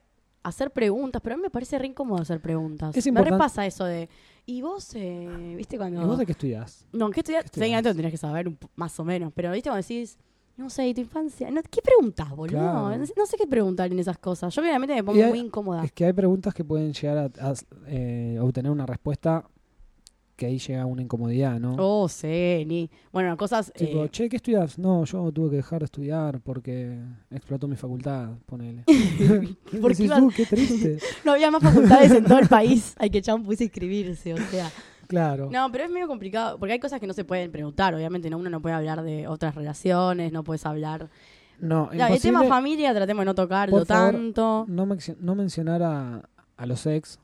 [SPEAKER 2] hacer preguntas, pero a mí me parece re incómodo hacer preguntas.
[SPEAKER 3] Es
[SPEAKER 2] me
[SPEAKER 3] importante-
[SPEAKER 2] repasa eso de. Y vos, eh, viste, cuando.
[SPEAKER 3] ¿Y vos de qué estudiás?
[SPEAKER 2] No, ¿qué estudias?
[SPEAKER 3] ¿Qué estudiás?
[SPEAKER 2] Técnicamente lo tenés que saber un po- más o menos, pero viste cuando decís, no sé, ¿y tu infancia? No, ¿Qué preguntas, boludo?
[SPEAKER 3] Claro.
[SPEAKER 2] No, sé, no sé qué preguntar en esas cosas. Yo claramente me
[SPEAKER 3] Y
[SPEAKER 2] pongo
[SPEAKER 3] hay-
[SPEAKER 2] muy incómoda.
[SPEAKER 3] Es que hay preguntas que pueden llegar a, a, eh, obtener una respuesta que ahí llega una incomodidad, ¿no?
[SPEAKER 2] Oh, sí, ni. Bueno, cosas.
[SPEAKER 3] Tipo,
[SPEAKER 2] eh,
[SPEAKER 3] che, ¿qué estudias? No, yo tuve que dejar de estudiar porque explotó mi facultad, ponele. Y
[SPEAKER 2] ¿Por qué
[SPEAKER 3] decís,
[SPEAKER 2] ibas-
[SPEAKER 3] "Uh, qué triste.
[SPEAKER 2] no había más facultades en todo el país. Hay que chabón pudiese inscribirse, o sea.
[SPEAKER 3] Claro.
[SPEAKER 2] No, pero es medio complicado, porque hay cosas que no se pueden preguntar, obviamente, ¿no? Uno no puede hablar de otras relaciones, no puedes hablar.
[SPEAKER 3] No,
[SPEAKER 2] Ya, el tema
[SPEAKER 3] imposible
[SPEAKER 2] familia, tratemos de no tocarlo
[SPEAKER 3] Por favor.
[SPEAKER 2] tanto.
[SPEAKER 3] no, mencio- no mencionar a, a los ex.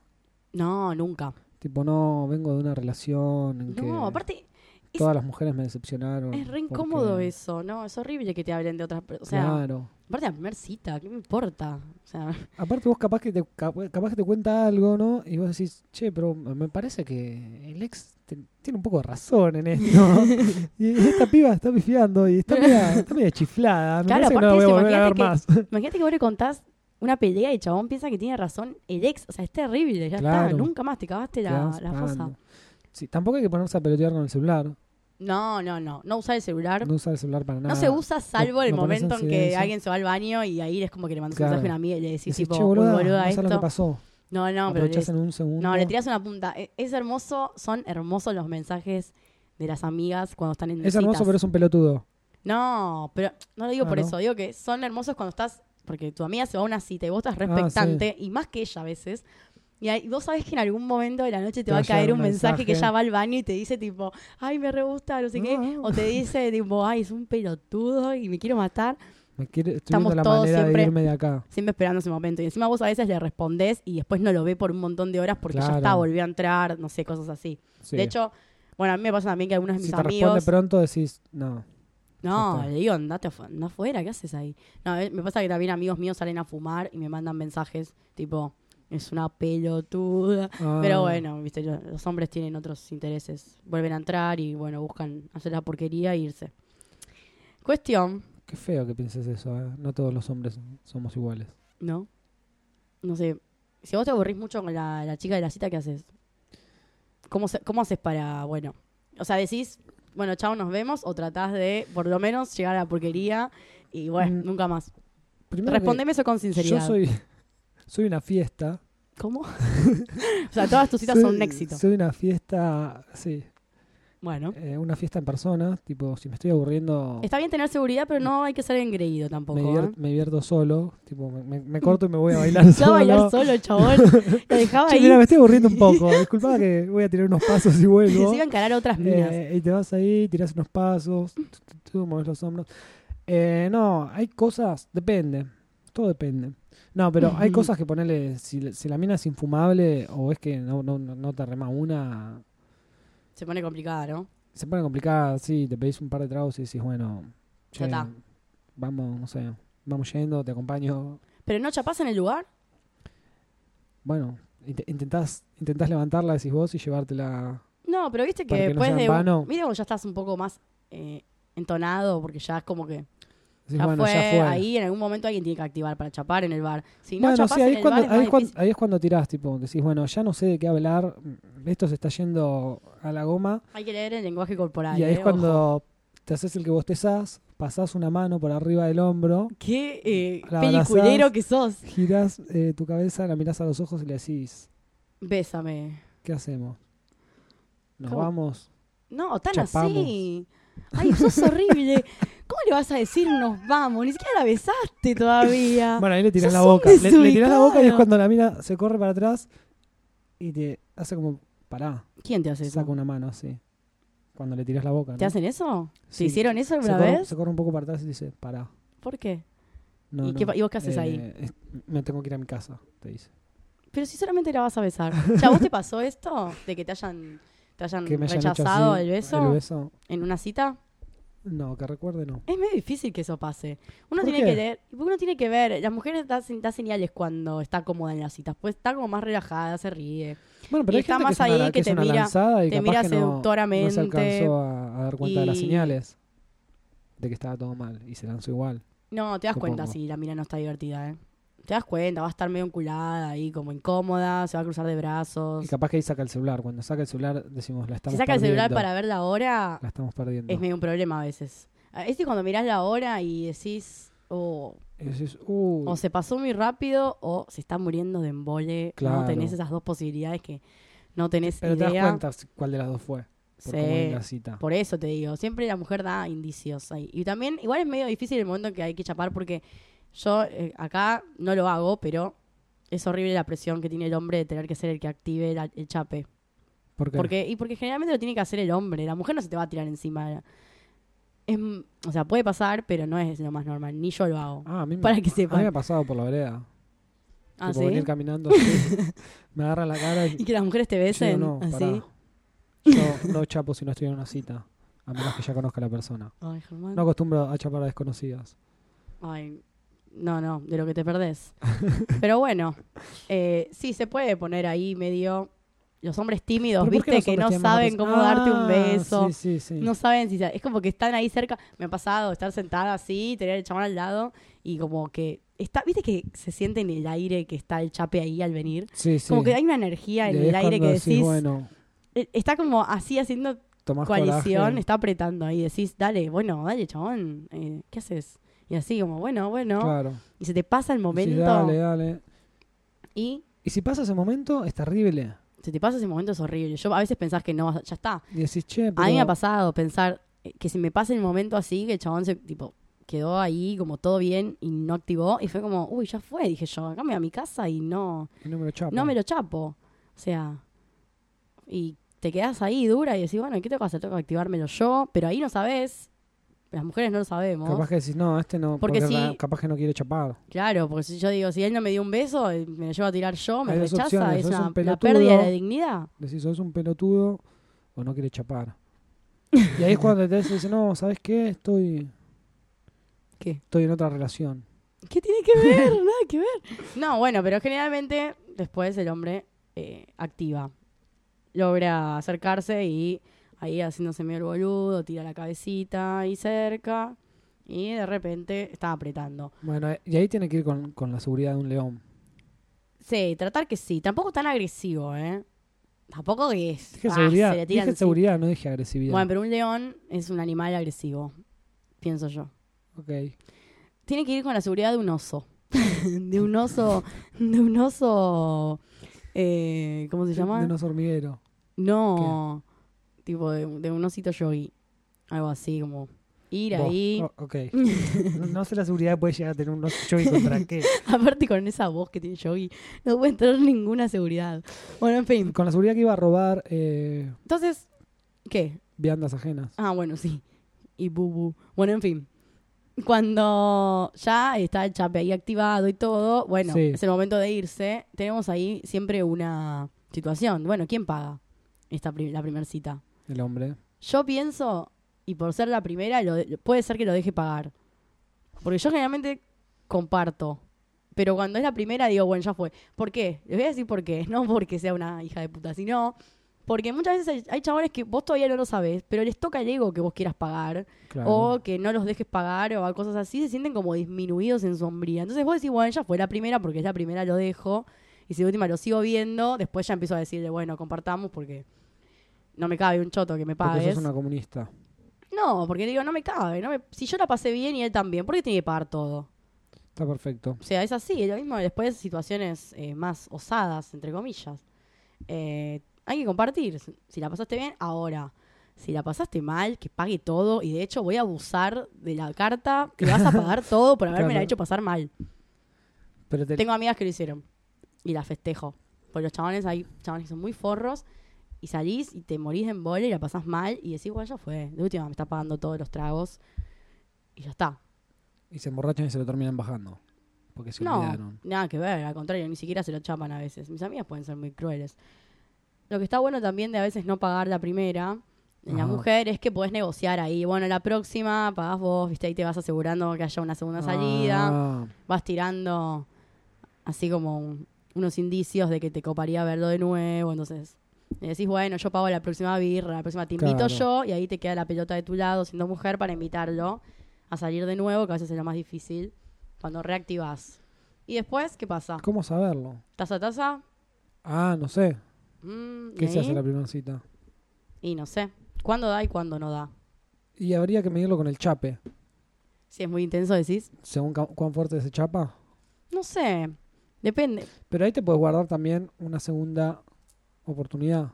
[SPEAKER 2] No, nunca.
[SPEAKER 3] Tipo, no, vengo de una relación en que
[SPEAKER 2] No, aparte, es-
[SPEAKER 3] todas las mujeres me decepcionaron.
[SPEAKER 2] es re incómodo
[SPEAKER 3] porque-
[SPEAKER 2] eso, ¿no? Es horrible que te hablen de otras personas. O sea,
[SPEAKER 3] claro.
[SPEAKER 2] aparte de la primera cita, ¿qué me importa? O sea,
[SPEAKER 3] Aparte vos capaz que te cap- capaz que te cuenta algo, ¿no? Y vos decís, che, pero me parece que el ex te- tiene un poco de razón en esto. y esta piba está pifiando y está media, está media chiflada. Me
[SPEAKER 2] Claro,
[SPEAKER 3] parece que no la
[SPEAKER 2] aparte
[SPEAKER 3] voy a
[SPEAKER 2] eso,
[SPEAKER 3] volver a ver
[SPEAKER 2] imagínate
[SPEAKER 3] más.
[SPEAKER 2] Imagínate que vos le contás una pelea y el chabón piensa que tiene razón el ex. O sea, es terrible, ya
[SPEAKER 3] Claro. Ah,
[SPEAKER 2] está. Nunca más te cagaste la,
[SPEAKER 3] Quedás
[SPEAKER 2] la
[SPEAKER 3] pagando.
[SPEAKER 2] fosa.
[SPEAKER 3] Sí, tampoco hay que ponerse a pelotear con el celular.
[SPEAKER 2] No, no, no. No usar el celular. No,
[SPEAKER 3] No usar el celular para nada.
[SPEAKER 2] se usa salvo
[SPEAKER 3] Lo-
[SPEAKER 2] el
[SPEAKER 3] lo pones en
[SPEAKER 2] momento en que
[SPEAKER 3] silencio.
[SPEAKER 2] alguien se va al baño y ahí es como que le mandas
[SPEAKER 3] Claro.
[SPEAKER 2] un mensaje a una amiga y le decís,
[SPEAKER 3] Decís,
[SPEAKER 2] tipo,
[SPEAKER 3] che,
[SPEAKER 2] "Uy,
[SPEAKER 3] boluda, no
[SPEAKER 2] boluda,
[SPEAKER 3] sabes lo que
[SPEAKER 2] esto.
[SPEAKER 3] pasó.
[SPEAKER 2] No, no, pero le
[SPEAKER 3] Aprovechás en un segundo.
[SPEAKER 2] No, le tirás una punta. E- Es hermoso, son hermosos los mensajes de las amigas cuando están en
[SPEAKER 3] Es hermoso,
[SPEAKER 2] citas.
[SPEAKER 3] pero es un pelotudo.
[SPEAKER 2] No, pero no lo digo
[SPEAKER 3] Ah,
[SPEAKER 2] por
[SPEAKER 3] ¿no?
[SPEAKER 2] eso. Digo que son hermosos cuando estás... Porque tu amiga se va a una cita y vos estás
[SPEAKER 3] Ah, sí.
[SPEAKER 2] respectante, y más que ella a veces. Y ahí- vos sabés que en algún momento de la noche te,
[SPEAKER 3] Te
[SPEAKER 2] va
[SPEAKER 3] va
[SPEAKER 2] a
[SPEAKER 3] a llegar
[SPEAKER 2] caer un
[SPEAKER 3] un
[SPEAKER 2] mensaje, que
[SPEAKER 3] mensaje.
[SPEAKER 2] ella va al baño y te dice tipo, ay, me re gusta, no sé qué.
[SPEAKER 3] No.
[SPEAKER 2] O te dice tipo, ay, es un pelotudo y me quiero matar.
[SPEAKER 3] Me quiere, estoy
[SPEAKER 2] Estamos
[SPEAKER 3] viendo la
[SPEAKER 2] todos
[SPEAKER 3] manera
[SPEAKER 2] siempre-
[SPEAKER 3] de irme de acá.
[SPEAKER 2] Siempre esperando ese momento. Y encima vos a veces le respondés y después no lo ve por un montón de horas porque ya
[SPEAKER 3] Claro.
[SPEAKER 2] está, volvió a entrar, no sé, cosas así.
[SPEAKER 3] Sí.
[SPEAKER 2] De hecho, bueno, a mí me pasa también que algunos de
[SPEAKER 3] si
[SPEAKER 2] mis
[SPEAKER 3] te responde
[SPEAKER 2] amigos.
[SPEAKER 3] pronto, decís, no. Ya
[SPEAKER 2] No,
[SPEAKER 3] está.
[SPEAKER 2] le digo, andate afu- anda afuera, ¿qué haces ahí? No, a ver, me pasa que también amigos míos salen a fumar y me mandan mensajes tipo, es una pelotuda.
[SPEAKER 3] Ah,
[SPEAKER 2] Pero bueno, viste, lo- los hombres tienen otros intereses. Vuelven a entrar y bueno, buscan hacer la porquería e irse. Cuestión,
[SPEAKER 3] Qué feo que pienses eso, ¿eh? No todos los hombres somos iguales.
[SPEAKER 2] ¿no? No sé, si vos te aburrís mucho con la, la chica de la cita, ¿qué haces? ¿Cómo, se- ¿Cómo haces para, bueno? O sea, decís, bueno, chao, nos vemos, o tratás de, por lo menos, llegar a la porquería y, bueno,
[SPEAKER 3] Mm.
[SPEAKER 2] nunca más.
[SPEAKER 3] Primero que
[SPEAKER 2] Respondeme eso con sinceridad.
[SPEAKER 3] Yo soy, soy una fiesta.
[SPEAKER 2] ¿Cómo? o sea, todas tus citas
[SPEAKER 3] Soy-
[SPEAKER 2] son un éxito.
[SPEAKER 3] Soy una fiesta, sí,
[SPEAKER 2] Bueno.
[SPEAKER 3] eh, una fiesta en persona. Tipo, si me estoy aburriendo,
[SPEAKER 2] Está bien tener seguridad, pero no hay que ser engreído tampoco.
[SPEAKER 3] me,
[SPEAKER 2] ¿eh?
[SPEAKER 3] divier- me divierto solo. Tipo, me, me- me corto y me voy a bailar
[SPEAKER 2] Ya
[SPEAKER 3] solo.
[SPEAKER 2] bailar solo el chabón. Lo dejaba
[SPEAKER 3] Che,
[SPEAKER 2] ahí.
[SPEAKER 3] mira, me estoy aburriendo un poco. Disculpa que voy a tirar unos pasos y
[SPEAKER 2] y se
[SPEAKER 3] vuelvo.
[SPEAKER 2] iba a encarar a otras minas.
[SPEAKER 3] Eh, y te vas ahí, tirás unos pasos, tú, mueves los hombros. Eh, no, hay cosas, depende, todo depende. No, pero hay
[SPEAKER 2] Ujú.
[SPEAKER 3] cosas que ponerle, si, si la mina es infumable o es que no, no, no- no te rema una,
[SPEAKER 2] Se pone complicada, ¿no?
[SPEAKER 3] se pone complicada, sí, te pedís un par de tragos y decís, bueno,
[SPEAKER 2] Ya está.
[SPEAKER 3] vamos, no sé, vamos yendo, te acompaño.
[SPEAKER 2] Pero no chapás en el lugar.
[SPEAKER 3] Bueno, int- intentás, intentás levantarla, decís vos, y llevártela.
[SPEAKER 2] No, pero viste que
[SPEAKER 3] Para que no
[SPEAKER 2] después
[SPEAKER 3] sea en
[SPEAKER 2] de.
[SPEAKER 3] vano.
[SPEAKER 2] Viste cuando ya estás un poco más eh, entonado, porque ya es como que.
[SPEAKER 3] Decís,
[SPEAKER 2] ya,
[SPEAKER 3] bueno,
[SPEAKER 2] fue,
[SPEAKER 3] ya fue.
[SPEAKER 2] Ahí en algún momento alguien tiene que activar para chapar en el bar. Si no
[SPEAKER 3] Bueno,
[SPEAKER 2] chapás
[SPEAKER 3] sí, ahí
[SPEAKER 2] en
[SPEAKER 3] es,
[SPEAKER 2] el
[SPEAKER 3] cuando,
[SPEAKER 2] bar, es
[SPEAKER 3] ahí,
[SPEAKER 2] más
[SPEAKER 3] es cuando,
[SPEAKER 2] difícil.
[SPEAKER 3] ahí es cuando tirás, tipo, decís, bueno, ya no sé de qué hablar, mm, esto se está yendo a la goma,
[SPEAKER 2] Hay que leer el lenguaje corporal.
[SPEAKER 3] y ahí
[SPEAKER 2] ¿eh?
[SPEAKER 3] es cuando te haces el que bostezás, pasás una mano por arriba del hombro,
[SPEAKER 2] Ojo. Qué eh,
[SPEAKER 3] La
[SPEAKER 2] peliculero
[SPEAKER 3] abrazás.
[SPEAKER 2] que sos.
[SPEAKER 3] girás eh, tu cabeza, la mirás a los ojos y le decís,
[SPEAKER 2] Bésame.
[SPEAKER 3] ¿qué hacemos? ¿Nos
[SPEAKER 2] ¿Cómo?
[SPEAKER 3] vamos?
[SPEAKER 2] No, tan
[SPEAKER 3] Chapamos.
[SPEAKER 2] así. Ay, sos horrible. ¿Cómo le vas a decir nos vamos? Ni siquiera la besaste todavía.
[SPEAKER 3] Bueno, ahí le tirás
[SPEAKER 2] Ah, Sos
[SPEAKER 3] la
[SPEAKER 2] un
[SPEAKER 3] boca, le, le tirás la boca y es
[SPEAKER 2] desubicado.
[SPEAKER 3] cuando la mina se corre para atrás y te hace como, pará,
[SPEAKER 2] ¿Quién te hace eso?
[SPEAKER 3] saca una mano así, cuando le tirás la boca.
[SPEAKER 2] ¿Te
[SPEAKER 3] ¿no?
[SPEAKER 2] hacen eso? ¿Te
[SPEAKER 3] Sí.
[SPEAKER 2] hicieron eso
[SPEAKER 3] se
[SPEAKER 2] alguna
[SPEAKER 3] corre,
[SPEAKER 2] vez?
[SPEAKER 3] se corre un poco para atrás y dice, pará.
[SPEAKER 2] ¿Por qué?
[SPEAKER 3] No,
[SPEAKER 2] ¿Y qué
[SPEAKER 3] no. Eh.
[SPEAKER 2] pa- y vos qué haces ahí?
[SPEAKER 3] es- Me tengo que ir a mi casa, te dice.
[SPEAKER 2] Pero si solamente la vas a besar. O sea, ¿vos te pasó esto? ¿De que te hayan, te hayan
[SPEAKER 3] Que me hayan hecho
[SPEAKER 2] Mm, rechazado
[SPEAKER 3] así,
[SPEAKER 2] el beso
[SPEAKER 3] El beso.
[SPEAKER 2] en una cita?
[SPEAKER 3] No, que recuerde, no.
[SPEAKER 2] Es medio difícil que eso pase. Uno
[SPEAKER 3] ¿Por
[SPEAKER 2] tiene
[SPEAKER 3] qué?
[SPEAKER 2] que ver, uno tiene que ver, las mujeres dan, sin- dan señales cuando está cómoda en las citas, pues está como más relajada, se ríe.
[SPEAKER 3] Bueno,
[SPEAKER 2] Y
[SPEAKER 3] pero hay
[SPEAKER 2] está
[SPEAKER 3] gente
[SPEAKER 2] más
[SPEAKER 3] que es
[SPEAKER 2] ahí
[SPEAKER 3] una- que
[SPEAKER 2] que
[SPEAKER 3] es
[SPEAKER 2] te
[SPEAKER 3] una
[SPEAKER 2] mira-
[SPEAKER 3] lanzada y
[SPEAKER 2] te
[SPEAKER 3] capaz
[SPEAKER 2] mira
[SPEAKER 3] que no- No, se
[SPEAKER 2] seductoramente.
[SPEAKER 3] alcanzó a, a dar cuenta de las
[SPEAKER 2] y-
[SPEAKER 3] señales de que estaba todo mal y se lanzó igual.
[SPEAKER 2] No, te das
[SPEAKER 3] Supongo.
[SPEAKER 2] cuenta si la mina no está divertida, ¿eh? Te das cuenta, va a estar medio enculada ahí, como incómoda, se va a cruzar de brazos.
[SPEAKER 3] Y capaz que ahí saca el celular. Cuando saca el celular decimos, la estamos
[SPEAKER 2] Si saca el celular
[SPEAKER 3] perdiendo,
[SPEAKER 2] para ver la hora,
[SPEAKER 3] La estamos perdiendo.
[SPEAKER 2] es medio un problema a veces. Ah, Es que cuando mirás la hora y decís, oh,
[SPEAKER 3] Y decís, "Uh, "Uy".
[SPEAKER 2] o se pasó muy rápido o se está muriendo de embole. No
[SPEAKER 3] Claro.
[SPEAKER 2] tenés esas dos posibilidades que no tenés
[SPEAKER 3] pero te das
[SPEAKER 2] idea.
[SPEAKER 3] cuenta si- cuál de las dos fue.
[SPEAKER 2] Sí.
[SPEAKER 3] Por cómo es la cita.
[SPEAKER 2] Por eso te digo, siempre la mujer da indicios ahí. Y también, igual es medio difícil el momento en que hay que chapar porque yo eh, acá no lo hago, pero es horrible la presión que tiene el hombre de tener que ser el que active la- el chape.
[SPEAKER 3] ¿Por qué?
[SPEAKER 2] Porque, y porque generalmente lo tiene que hacer el hombre, la mujer no se te va a tirar encima. Es, m- o sea, puede pasar, pero no es lo más normal, ni yo lo hago.
[SPEAKER 3] Ah, a mí me-
[SPEAKER 2] Para que
[SPEAKER 3] a mí me
[SPEAKER 2] sepan.
[SPEAKER 3] ha pasado por la vereda.
[SPEAKER 2] Ah,
[SPEAKER 3] tipo,
[SPEAKER 2] ¿sí?
[SPEAKER 3] venir caminando así, me agarra la cara y,
[SPEAKER 2] Y que las mujeres te
[SPEAKER 3] yo
[SPEAKER 2] besen
[SPEAKER 3] digo, no, pará.
[SPEAKER 2] así.
[SPEAKER 3] Yo no chapo si no estoy en una cita, a menos que ya conozca a la persona.
[SPEAKER 2] Ay, Germán.
[SPEAKER 3] No acostumbro a chapar a desconocidas.
[SPEAKER 2] Ay, no, no, de lo que te perdés. Pero bueno, eh, sí, se puede poner ahí medio. Los hombres tímidos,
[SPEAKER 3] ¿Pero por qué
[SPEAKER 2] viste,
[SPEAKER 3] los
[SPEAKER 2] que no
[SPEAKER 3] hombres tienen más
[SPEAKER 2] saben
[SPEAKER 3] apes-
[SPEAKER 2] cómo
[SPEAKER 3] Ah,
[SPEAKER 2] darte un beso.
[SPEAKER 3] Sí, sí, sí.
[SPEAKER 2] No saben si. sa- Es como que están ahí cerca. Me ha pasado estar sentada así, tener el chamán al lado y como que. está Viste que se siente en el aire que está el chape ahí al venir.
[SPEAKER 3] sí, sí.
[SPEAKER 2] Como que hay una energía
[SPEAKER 3] Y
[SPEAKER 2] en
[SPEAKER 3] ahí
[SPEAKER 2] el
[SPEAKER 3] es
[SPEAKER 2] aire que
[SPEAKER 3] cuando
[SPEAKER 2] decís.
[SPEAKER 3] bueno,
[SPEAKER 2] eh, Está como así haciendo
[SPEAKER 3] tomás
[SPEAKER 2] coalición
[SPEAKER 3] coraje.
[SPEAKER 2] está apretando ahí. Decís, dale, bueno, dale, chabón, eh, ¿qué haces? Y así, como, bueno, bueno.
[SPEAKER 3] Claro.
[SPEAKER 2] Y se te pasa el
[SPEAKER 3] Decís,
[SPEAKER 2] momento.
[SPEAKER 3] dale, dale.
[SPEAKER 2] Y
[SPEAKER 3] Y si pasa ese momento, es terrible.
[SPEAKER 2] se te pasa ese momento, es horrible. Yo a veces pensás que no vas a- ya está.
[SPEAKER 3] Y decís, che, pero...
[SPEAKER 2] A mí me ha pasado pensar eh, que si me pasa el momento así, que el chabón se, tipo, quedó ahí, como todo bien, y no activó. Y fue como, uy, ya fue. Dije yo, acá me voy a mi casa y no,
[SPEAKER 3] y no me lo chapo.
[SPEAKER 2] no me lo chapo. O sea, y te quedás ahí dura y decís, bueno, ¿qué tengo que hacer? Tengo que activármelo yo. Pero ahí no sabés. Las mujeres no lo sabemos.
[SPEAKER 3] Capaz que decís, no, este no,
[SPEAKER 2] Porque
[SPEAKER 3] porque,
[SPEAKER 2] si-
[SPEAKER 3] la- capaz que no quiere chapar.
[SPEAKER 2] Claro, porque si yo digo, si él no me dio un beso, eh, me lo llevo a tirar yo, me
[SPEAKER 3] Hay dos
[SPEAKER 2] rechaza,
[SPEAKER 3] opciones,
[SPEAKER 2] es
[SPEAKER 3] o es
[SPEAKER 2] una,
[SPEAKER 3] un
[SPEAKER 2] la
[SPEAKER 3] pelotudo.
[SPEAKER 2] pérdida de la dignidad.
[SPEAKER 3] Decís, sos un pelotudo o no quiere chapar. Y ahí es cuando te dice, no, ¿sabes qué? Estoy,
[SPEAKER 2] ¿Qué?
[SPEAKER 3] estoy en otra relación.
[SPEAKER 2] ¿Qué tiene que ver? Nada que ver. No, bueno, pero generalmente después el hombre eh, activa, logra acercarse y ahí haciéndose medio el boludo, tira la cabecita ahí cerca y de repente está apretando.
[SPEAKER 3] Bueno, eh, y ahí tiene que ir con, con la seguridad de un león.
[SPEAKER 2] Sí, tratar que sí, tampoco tan agresivo, ¿eh? Tampoco que es.
[SPEAKER 3] Dije
[SPEAKER 2] ah,
[SPEAKER 3] seguridad.
[SPEAKER 2] se le tiran
[SPEAKER 3] Dije
[SPEAKER 2] encima.
[SPEAKER 3] seguridad, no dije agresividad.
[SPEAKER 2] Bueno, pero un león es un animal agresivo, pienso yo.
[SPEAKER 3] Ok.
[SPEAKER 2] Tiene que ir con la seguridad de un oso. de un oso. De un oso. eh, ¿Cómo se llama?
[SPEAKER 3] De unos hormiguero.
[SPEAKER 2] No. Tipo de, de un osito yogi. Algo así, como ir
[SPEAKER 3] Vos.
[SPEAKER 2] ahí.
[SPEAKER 3] Oh, ok. no, no sé la seguridad que puede llegar a tener un oso y contra qué.
[SPEAKER 2] Aparte con esa voz que tiene yogi, no puede entrar ninguna seguridad. Bueno, en fin.
[SPEAKER 3] Con la seguridad que iba a robar eh,
[SPEAKER 2] Entonces, ¿qué?
[SPEAKER 3] viandas ajenas.
[SPEAKER 2] Ah, bueno, sí. Y bubu. Bueno, en fin. Cuando ya está el chape ahí activado y todo, bueno,
[SPEAKER 3] Sí.
[SPEAKER 2] es el momento de irse. Tenemos ahí siempre una situación. Bueno, ¿quién paga esta pri- la primera cita?
[SPEAKER 3] El hombre.
[SPEAKER 2] Yo pienso, y por ser la primera, lo de- puede ser que lo deje pagar. Porque yo generalmente comparto. Pero cuando es la primera, digo, bueno, ya fue. ¿Por qué? Les voy a decir por qué. No porque sea una hija de puta, sino porque muchas veces hay, hay chabones que vos todavía no lo sabés, pero les toca el ego que vos quieras pagar.
[SPEAKER 3] Claro.
[SPEAKER 2] O que no los dejes pagar o cosas así. Se sienten como disminuidos en su hombría. Entonces vos decís, bueno, ya fue la primera porque es la primera, lo dejo. Y si de última lo sigo viendo, después ya empiezo a decirle, bueno, compartamos porque no me cabe un choto que me
[SPEAKER 3] Porque
[SPEAKER 2] pagues.
[SPEAKER 3] sos una comunista.
[SPEAKER 2] No, porque digo, no me cabe. No me- Si yo la pasé bien y él también, ¿por qué tiene que pagar todo?
[SPEAKER 3] Está perfecto.
[SPEAKER 2] O sea, es así. es Lo mismo después situaciones eh, más osadas, entre comillas. Eh, hay que compartir. Si la pasaste bien, ahora. Si la pasaste mal, que pague todo. Y de hecho voy a abusar de la carta que vas a pagar todo por haberme
[SPEAKER 3] Claro.
[SPEAKER 2] hecho pasar mal.
[SPEAKER 3] Pero te-
[SPEAKER 2] Tengo amigas que lo hicieron. Y la festejo. Porque los chavales hay chavales que son muy forros. Y salís y te morís en bola y la pasás mal. Y decís, bueno, ya fue. De última me está pagando todos los tragos. Y ya está.
[SPEAKER 3] Y se emborrachan y se lo terminan bajando. Porque se
[SPEAKER 2] No,
[SPEAKER 3] olvidaron.
[SPEAKER 2] nada que ver, al contrario, ni siquiera se lo chapan a veces. Mis amigas pueden ser muy crueles. Lo que está bueno también de a veces no pagar la primera en la
[SPEAKER 3] Ajá.
[SPEAKER 2] mujer es que podés negociar ahí. Bueno, la próxima pagás vos, viste, ahí te vas asegurando que haya una segunda salida,
[SPEAKER 3] Ah,
[SPEAKER 2] vas tirando así como un- unos indicios de que te coparía verlo de nuevo, entonces le decís, bueno, yo pago la próxima birra, la próxima te invito
[SPEAKER 3] Claro.
[SPEAKER 2] yo y ahí te queda la pelota de tu lado siendo mujer para invitarlo a salir de nuevo, que a veces es lo más difícil cuando reactivás. Y después, ¿qué pasa?
[SPEAKER 3] ¿Cómo saberlo?
[SPEAKER 2] Taza a taza.
[SPEAKER 3] Ah, no sé.
[SPEAKER 2] mm,
[SPEAKER 3] ¿Qué
[SPEAKER 2] y
[SPEAKER 3] se hace
[SPEAKER 2] ahí,
[SPEAKER 3] en la primera cita?
[SPEAKER 2] y no sé. ¿Cuándo da y cuándo no da?
[SPEAKER 3] Y habría que medirlo con el chape.
[SPEAKER 2] Si es muy intenso, decís.
[SPEAKER 3] Según ca- cuán fuerte se chapa.
[SPEAKER 2] No sé. Depende.
[SPEAKER 3] Pero ahí te puedes guardar también una segunda oportunidad.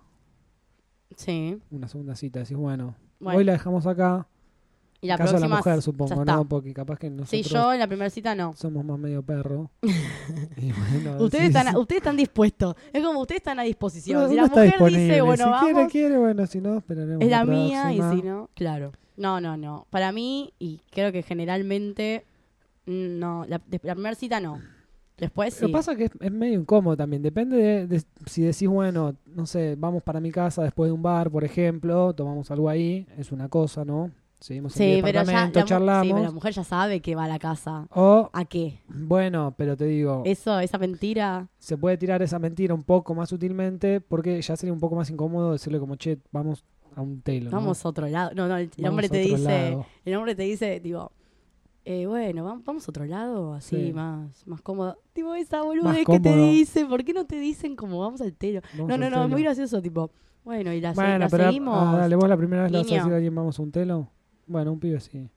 [SPEAKER 2] Sí.
[SPEAKER 3] Una segunda cita. Decís, bueno,
[SPEAKER 2] Bueno.
[SPEAKER 3] hoy la dejamos acá.
[SPEAKER 2] Y la
[SPEAKER 3] en caso de
[SPEAKER 2] próxima.
[SPEAKER 3] la mujer,
[SPEAKER 2] ya
[SPEAKER 3] supongo,
[SPEAKER 2] está.
[SPEAKER 3] ¿no? Porque capaz que nosotros
[SPEAKER 2] Sí, yo en la primera cita no.
[SPEAKER 3] somos más medio perro. y bueno,
[SPEAKER 2] Ustedes
[SPEAKER 3] decís,
[SPEAKER 2] están, a- ustedes están dispuestos. Es como ustedes están a disposición.
[SPEAKER 3] "No,
[SPEAKER 2] si la
[SPEAKER 3] no está
[SPEAKER 2] mujer
[SPEAKER 3] disponible.
[SPEAKER 2] dice, bueno,
[SPEAKER 3] si
[SPEAKER 2] vamos.
[SPEAKER 3] quiere, quiere, bueno, si no, esperaremos.
[SPEAKER 2] es la
[SPEAKER 3] próxima.
[SPEAKER 2] mía y si no. Claro. No, no, no. Para mí, y creo que generalmente. mm, No. La, de- la primera cita no. Después sí.
[SPEAKER 3] Lo que pasa es que es, es medio incómodo también. Depende de, de si decís, bueno, no sé, vamos para mi casa después de un bar, por ejemplo, tomamos algo ahí, es una cosa, ¿no? Seguimos en
[SPEAKER 2] Sí,
[SPEAKER 3] el
[SPEAKER 2] pero ya.
[SPEAKER 3] departamento,
[SPEAKER 2] la mu- sí,
[SPEAKER 3] charlamos.
[SPEAKER 2] pero la mujer ya sabe que va a la casa.
[SPEAKER 3] O,
[SPEAKER 2] ¿A qué?
[SPEAKER 3] bueno, pero te digo,
[SPEAKER 2] Eso, esa mentira.
[SPEAKER 3] se puede tirar esa mentira un poco más sutilmente porque ya sería un poco más incómodo decirle como, che, vamos a un telo. ¿no?
[SPEAKER 2] Vamos a otro lado. No, no, el, el
[SPEAKER 3] Vamos
[SPEAKER 2] hombre
[SPEAKER 3] a
[SPEAKER 2] te
[SPEAKER 3] otro
[SPEAKER 2] dice,
[SPEAKER 3] lado.
[SPEAKER 2] el hombre te dice, digo, eh, bueno, vam- vamos a otro lado, así
[SPEAKER 3] Sí.
[SPEAKER 2] más, más cómodo. Tipo, esa boludez
[SPEAKER 3] Más
[SPEAKER 2] que te
[SPEAKER 3] cómodo.
[SPEAKER 2] dice, ¿por qué no te dicen como vamos al telo?
[SPEAKER 3] Vamos
[SPEAKER 2] no,
[SPEAKER 3] a
[SPEAKER 2] no,
[SPEAKER 3] un
[SPEAKER 2] no, es muy
[SPEAKER 3] telo.
[SPEAKER 2] gracioso, tipo, bueno, y la, se-
[SPEAKER 3] Bueno,
[SPEAKER 2] la
[SPEAKER 3] pero
[SPEAKER 2] seguimos.
[SPEAKER 3] ah, dale, vos la primera vez le vas a
[SPEAKER 2] Niño.
[SPEAKER 3] decir a alguien, vamos a un telo. Bueno, un pibe sí.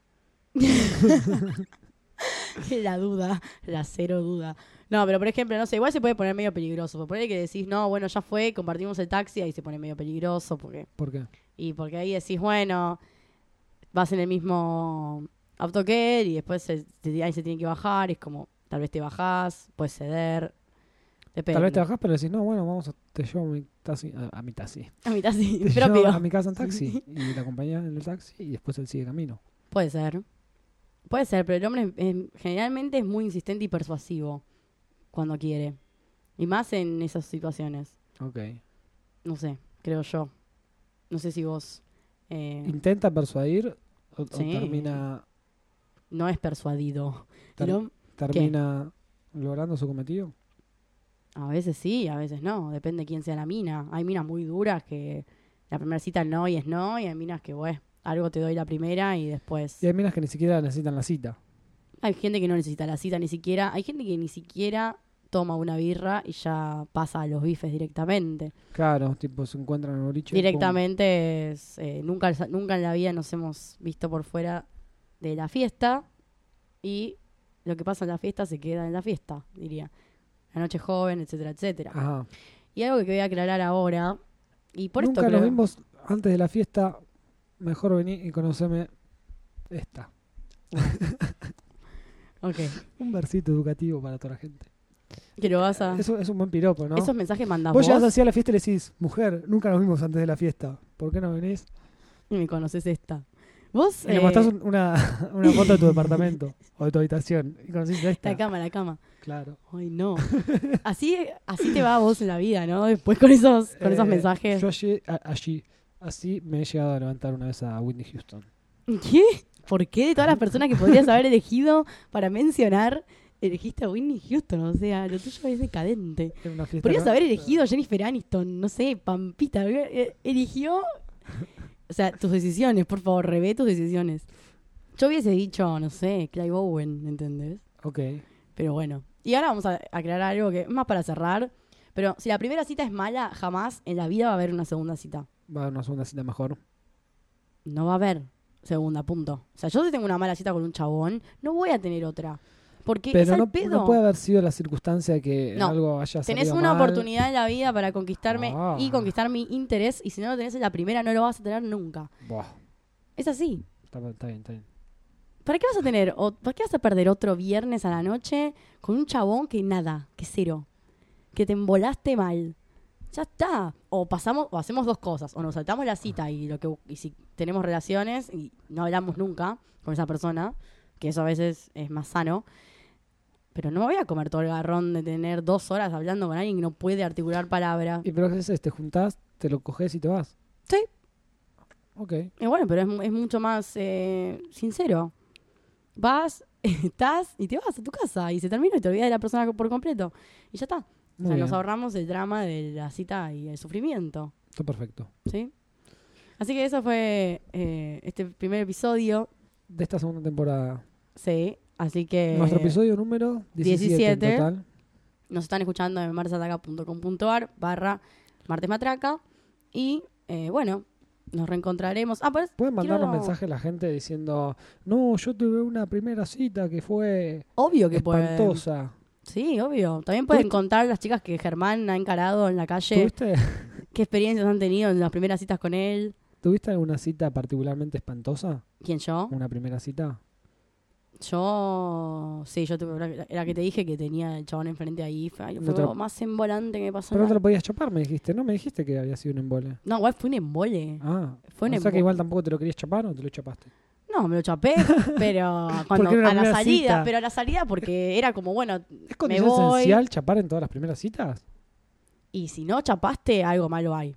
[SPEAKER 2] la duda, la cero duda. No, pero por ejemplo, no sé, igual se puede poner medio peligroso. Por ahí que decís, no, bueno, ya fue, compartimos el taxi, ahí se pone medio peligroso porque
[SPEAKER 3] ¿Por qué?
[SPEAKER 2] Y porque ahí decís, bueno, vas en el mismo auto que él y después se, te- ahí se tiene que bajar. Es como, tal vez te bajás, puedes ceder. Depende.
[SPEAKER 3] Tal vez te bajás, pero decís, no, bueno, vamos a, te llevo a mi taxi. A, a mi taxi.
[SPEAKER 2] A mitad sí,
[SPEAKER 3] Te
[SPEAKER 2] pero
[SPEAKER 3] llevo
[SPEAKER 2] pido.
[SPEAKER 3] a mi casa en taxi. Y la acompañás en el taxi y después él sigue camino.
[SPEAKER 2] Puede ser. Puede ser, pero el hombre eh, generalmente es muy insistente y persuasivo cuando quiere. Y más en esas situaciones.
[SPEAKER 3] Ok.
[SPEAKER 2] No sé, creo yo. No sé si vos. eh,
[SPEAKER 3] ¿Intenta persuadir o, o
[SPEAKER 2] Sí.
[SPEAKER 3] termina,
[SPEAKER 2] no es persuadido.
[SPEAKER 3] ter-
[SPEAKER 2] El hom-
[SPEAKER 3] termina logrando su cometido?
[SPEAKER 2] A veces sí, a veces no. Depende de quién sea la mina. Hay minas muy duras que la primera cita no y es no, y hay minas que, bueno, algo te doy la primera y después.
[SPEAKER 3] Y hay minas que ni siquiera necesitan la cita.
[SPEAKER 2] Hay gente que no necesita la cita ni siquiera. Hay gente que ni siquiera toma una birra y ya pasa a los bifes directamente.
[SPEAKER 3] Claro, tipo se encuentran en el boliche. pum.
[SPEAKER 2] Directamente es, eh, nunca, nunca en la vida nos hemos visto por fuera de la fiesta y lo que pasa en la fiesta se queda en la fiesta, diría. La noche joven, etcétera, etcétera.
[SPEAKER 3] Ajá.
[SPEAKER 2] Y algo que voy a aclarar ahora, y por
[SPEAKER 3] Nunca
[SPEAKER 2] esto
[SPEAKER 3] nos
[SPEAKER 2] creo-
[SPEAKER 3] vimos antes de la fiesta. Mejor vení y conoceme esta.
[SPEAKER 2] Ok.
[SPEAKER 3] Un versito educativo para toda la gente.
[SPEAKER 2] Que lo vas a...
[SPEAKER 3] Eso es un buen piropo, ¿no?
[SPEAKER 2] Esos mensajes mandas
[SPEAKER 3] Vos
[SPEAKER 2] vos,
[SPEAKER 3] llegas así a la fiesta y le decís, mujer, nunca nos vimos antes de la fiesta. ¿Por qué no venís?
[SPEAKER 2] y me conoces esta. Vos...
[SPEAKER 3] Y le
[SPEAKER 2] eh,
[SPEAKER 3] mostrás un- una, una foto de tu departamento o de tu habitación. Y conocís a esta.
[SPEAKER 2] La cama, la cama.
[SPEAKER 3] Claro.
[SPEAKER 2] Ay, no. Así, así te va a vos en la vida, ¿no? Después con esos, con esos
[SPEAKER 3] Eh,
[SPEAKER 2] mensajes.
[SPEAKER 3] Yo allí, a- allí, así me he llegado a levantar una vez a Whitney Houston.
[SPEAKER 2] ¿Qué? ¿Por qué de todas las personas que podrías haber elegido para mencionar, elegiste a Whitney Houston? O sea, lo tuyo es decadente.
[SPEAKER 3] En una fiesta.
[SPEAKER 2] Podrías
[SPEAKER 3] ¿no?
[SPEAKER 2] haber elegido a Jennifer Aniston, no sé, Pampita. eh, Eligió. O sea, tus decisiones, por favor, revé tus decisiones. Yo hubiese dicho, no sé, Clive Owen, ¿entendés?
[SPEAKER 3] Ok.
[SPEAKER 2] Pero bueno. Y ahora vamos a aclarar algo que es más para cerrar. Pero si la primera cita es mala, jamás en la vida va a haber una segunda cita.
[SPEAKER 3] Va a haber una segunda cita mejor.
[SPEAKER 2] No va a haber segunda, punto. O sea, yo si tengo una mala cita con un chabón, no voy a tener otra. Porque es
[SPEAKER 3] Pero
[SPEAKER 2] al
[SPEAKER 3] no,
[SPEAKER 2] pedo.
[SPEAKER 3] no puede haber sido la circunstancia que
[SPEAKER 2] No.
[SPEAKER 3] algo haya salido
[SPEAKER 2] Tenés una
[SPEAKER 3] mal.
[SPEAKER 2] oportunidad en la vida para conquistarme
[SPEAKER 3] Ah.
[SPEAKER 2] y conquistar mi interés. Y si no lo tenés en la primera, no lo vas a tener nunca.
[SPEAKER 3] Buah,
[SPEAKER 2] Es así.
[SPEAKER 3] está, bien, está bien, está bien.
[SPEAKER 2] ¿Para qué vas a tener? O, ¿Para qué vas a perder otro viernes a la noche con un chabón que nada, que cero? Que te embolaste mal. Ya está. O pasamos, o hacemos dos cosas. O nos saltamos la cita y lo que y si tenemos relaciones y no hablamos nunca con esa persona, que eso a veces es más sano. Pero no me voy a comer todo el garrón de tener dos horas hablando con alguien que no puede articular palabra.
[SPEAKER 3] ¿Y pero qué haces? ¿Te juntás, te lo coges y te vas?
[SPEAKER 2] Sí.
[SPEAKER 3] Ok.
[SPEAKER 2] Y bueno, pero es, mu- es mucho más eh, sincero. Vas, estás y te vas a tu casa y se termina y te olvidas de la persona por completo. Y ya está. O
[SPEAKER 3] Muy
[SPEAKER 2] sea,
[SPEAKER 3] bien.
[SPEAKER 2] nos ahorramos el drama de la cita y el sufrimiento.
[SPEAKER 3] Está perfecto.
[SPEAKER 2] ¿Sí? Así que eso fue eh, este primer episodio.
[SPEAKER 3] De esta segunda temporada.
[SPEAKER 2] Sí. Así que
[SPEAKER 3] Nuestro episodio número 17, en
[SPEAKER 2] 17.
[SPEAKER 3] total.
[SPEAKER 2] nos están escuchando en marsataca.com.ar barra Martes Matraca. Y eh, bueno, nos reencontraremos. Ah, pues,
[SPEAKER 3] Pueden mandarnos
[SPEAKER 2] Quiero-
[SPEAKER 3] mensajes a la gente diciendo, no, yo tuve una primera cita que fue
[SPEAKER 2] obvio que pueden.
[SPEAKER 3] espantosa.
[SPEAKER 2] Sí, obvio. También pueden
[SPEAKER 3] ¿Tuviste-
[SPEAKER 2] contar las chicas que Germán ha encarado en la calle,
[SPEAKER 3] ¿Tuviste,
[SPEAKER 2] qué experiencias han tenido en las primeras citas con él.
[SPEAKER 3] ¿Tuviste alguna cita particularmente espantosa?
[SPEAKER 2] ¿Quién yo?
[SPEAKER 3] ¿Una primera cita?
[SPEAKER 2] Yo. Sí, yo tuve. una- La que te dije que tenía el chabón enfrente ahí. Fue, ay,
[SPEAKER 3] No
[SPEAKER 2] fue
[SPEAKER 3] te lo-
[SPEAKER 2] lo más embolante que me pasó. en
[SPEAKER 3] Pero no
[SPEAKER 2] la-
[SPEAKER 3] te lo podías chapar, me dijiste. No, me dijiste que había sido un embole.
[SPEAKER 2] No, igual fue un embole.
[SPEAKER 3] Ah,
[SPEAKER 2] Fue un
[SPEAKER 3] o sea que
[SPEAKER 2] embo-
[SPEAKER 3] igual tampoco te lo querías chapar o te lo chapaste.
[SPEAKER 2] No, me lo chapé, pero cuando,
[SPEAKER 3] Porque era una
[SPEAKER 2] a la
[SPEAKER 3] primera
[SPEAKER 2] salida,
[SPEAKER 3] cita.
[SPEAKER 2] pero a la salida porque era como, bueno,
[SPEAKER 3] ¿Es condición
[SPEAKER 2] voy.
[SPEAKER 3] esencial chapar en todas las primeras citas?
[SPEAKER 2] y si no chapaste, algo malo hay.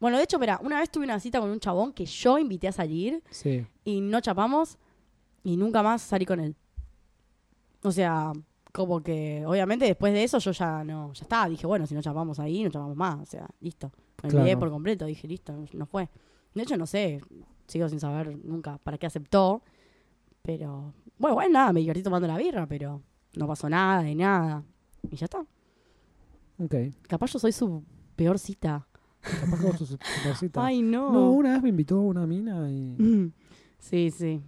[SPEAKER 2] Bueno, de hecho, mira, una vez tuve una cita con un chabón que yo invité a salir
[SPEAKER 3] Sí.
[SPEAKER 2] y no chapamos y nunca más salí con él. O sea, como que obviamente después de eso yo ya no, ya estaba, dije, bueno, si no chapamos ahí, no chapamos más, o sea, listo. Me olvidé
[SPEAKER 3] Claro.
[SPEAKER 2] por completo, dije, listo, no fue. De hecho, no sé, sigo sin saber nunca para qué aceptó, pero bueno, bueno, nada, me divertí tomando la birra, pero no pasó nada de nada y ya está.
[SPEAKER 3] Ok.
[SPEAKER 2] Capaz yo soy su peor cita.
[SPEAKER 3] Capaz que vos sos su primera cita.
[SPEAKER 2] Ay, no.
[SPEAKER 3] No, una vez me invitó una mina y...
[SPEAKER 2] Mm. Sí, sí.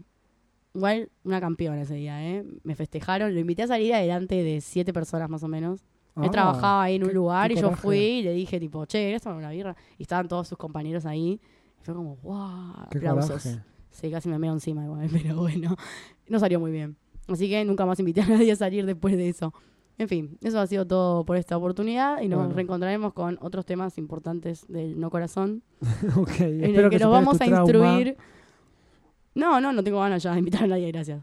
[SPEAKER 2] Igual una campeona ese día, ¿eh? Me festejaron, lo invité a salir adelante de siete personas más o menos.
[SPEAKER 3] Ah,
[SPEAKER 2] Él trabajaba ahí en un
[SPEAKER 3] qué-
[SPEAKER 2] lugar
[SPEAKER 3] qué
[SPEAKER 2] y yo
[SPEAKER 3] coraje.
[SPEAKER 2] fui y le dije tipo, che, ¿querés tomar una birra? Y estaban todos sus compañeros ahí. Y fue como, wow,
[SPEAKER 3] Ah, Qué
[SPEAKER 2] aplausos.
[SPEAKER 3] coraje.
[SPEAKER 2] Sí, casi me meo encima igual, pero bueno, no salió muy bien. Así que nunca más invité a nadie a salir después de eso. En fin, eso ha sido todo por esta oportunidad y nos
[SPEAKER 3] Bueno.
[SPEAKER 2] reencontraremos con otros temas importantes del no corazón
[SPEAKER 3] Ok,
[SPEAKER 2] en
[SPEAKER 3] espero
[SPEAKER 2] el que, nos
[SPEAKER 3] superes
[SPEAKER 2] vamos
[SPEAKER 3] tu
[SPEAKER 2] a
[SPEAKER 3] trauma.
[SPEAKER 2] instruir. No, no, no tengo ganas ya de invitar a nadie, gracias.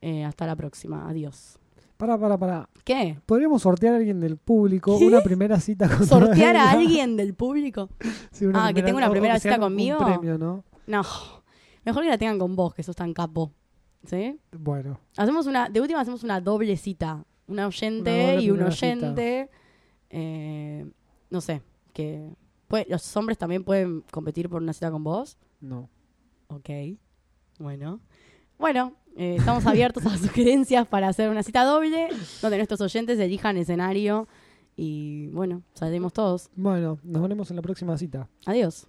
[SPEAKER 2] Eh, hasta la próxima, adiós.
[SPEAKER 3] Pará, pará, pará.
[SPEAKER 2] ¿Qué?
[SPEAKER 3] ¿Podríamos sortear a alguien del público
[SPEAKER 2] ¿Qué?
[SPEAKER 3] una primera cita con
[SPEAKER 2] ¿Sortear a
[SPEAKER 3] Isabela?
[SPEAKER 2] alguien del público?
[SPEAKER 3] Sí, una
[SPEAKER 2] Ah, que tenga una
[SPEAKER 3] o- o
[SPEAKER 2] primera
[SPEAKER 3] que
[SPEAKER 2] cita
[SPEAKER 3] sea un-
[SPEAKER 2] conmigo.
[SPEAKER 3] Un premio, ¿no?
[SPEAKER 2] No, mejor que la tengan con vos, que sos tan capo. ¿Sí?
[SPEAKER 3] Bueno,
[SPEAKER 2] Hacemos una, de última hacemos una doble cita. Una
[SPEAKER 3] Una
[SPEAKER 2] oyente
[SPEAKER 3] doble
[SPEAKER 2] y un
[SPEAKER 3] primera cita.
[SPEAKER 2] oyente. Eh, no sé, que... puede- ¿Los hombres también pueden competir por una cita con vos?
[SPEAKER 3] no.
[SPEAKER 2] Ok, bueno. Bueno, eh, estamos abiertos a sugerencias para hacer una cita doble, donde nuestros oyentes elijan escenario y bueno, salimos todos.
[SPEAKER 3] Bueno, nos veremos en la próxima cita.
[SPEAKER 2] Adiós.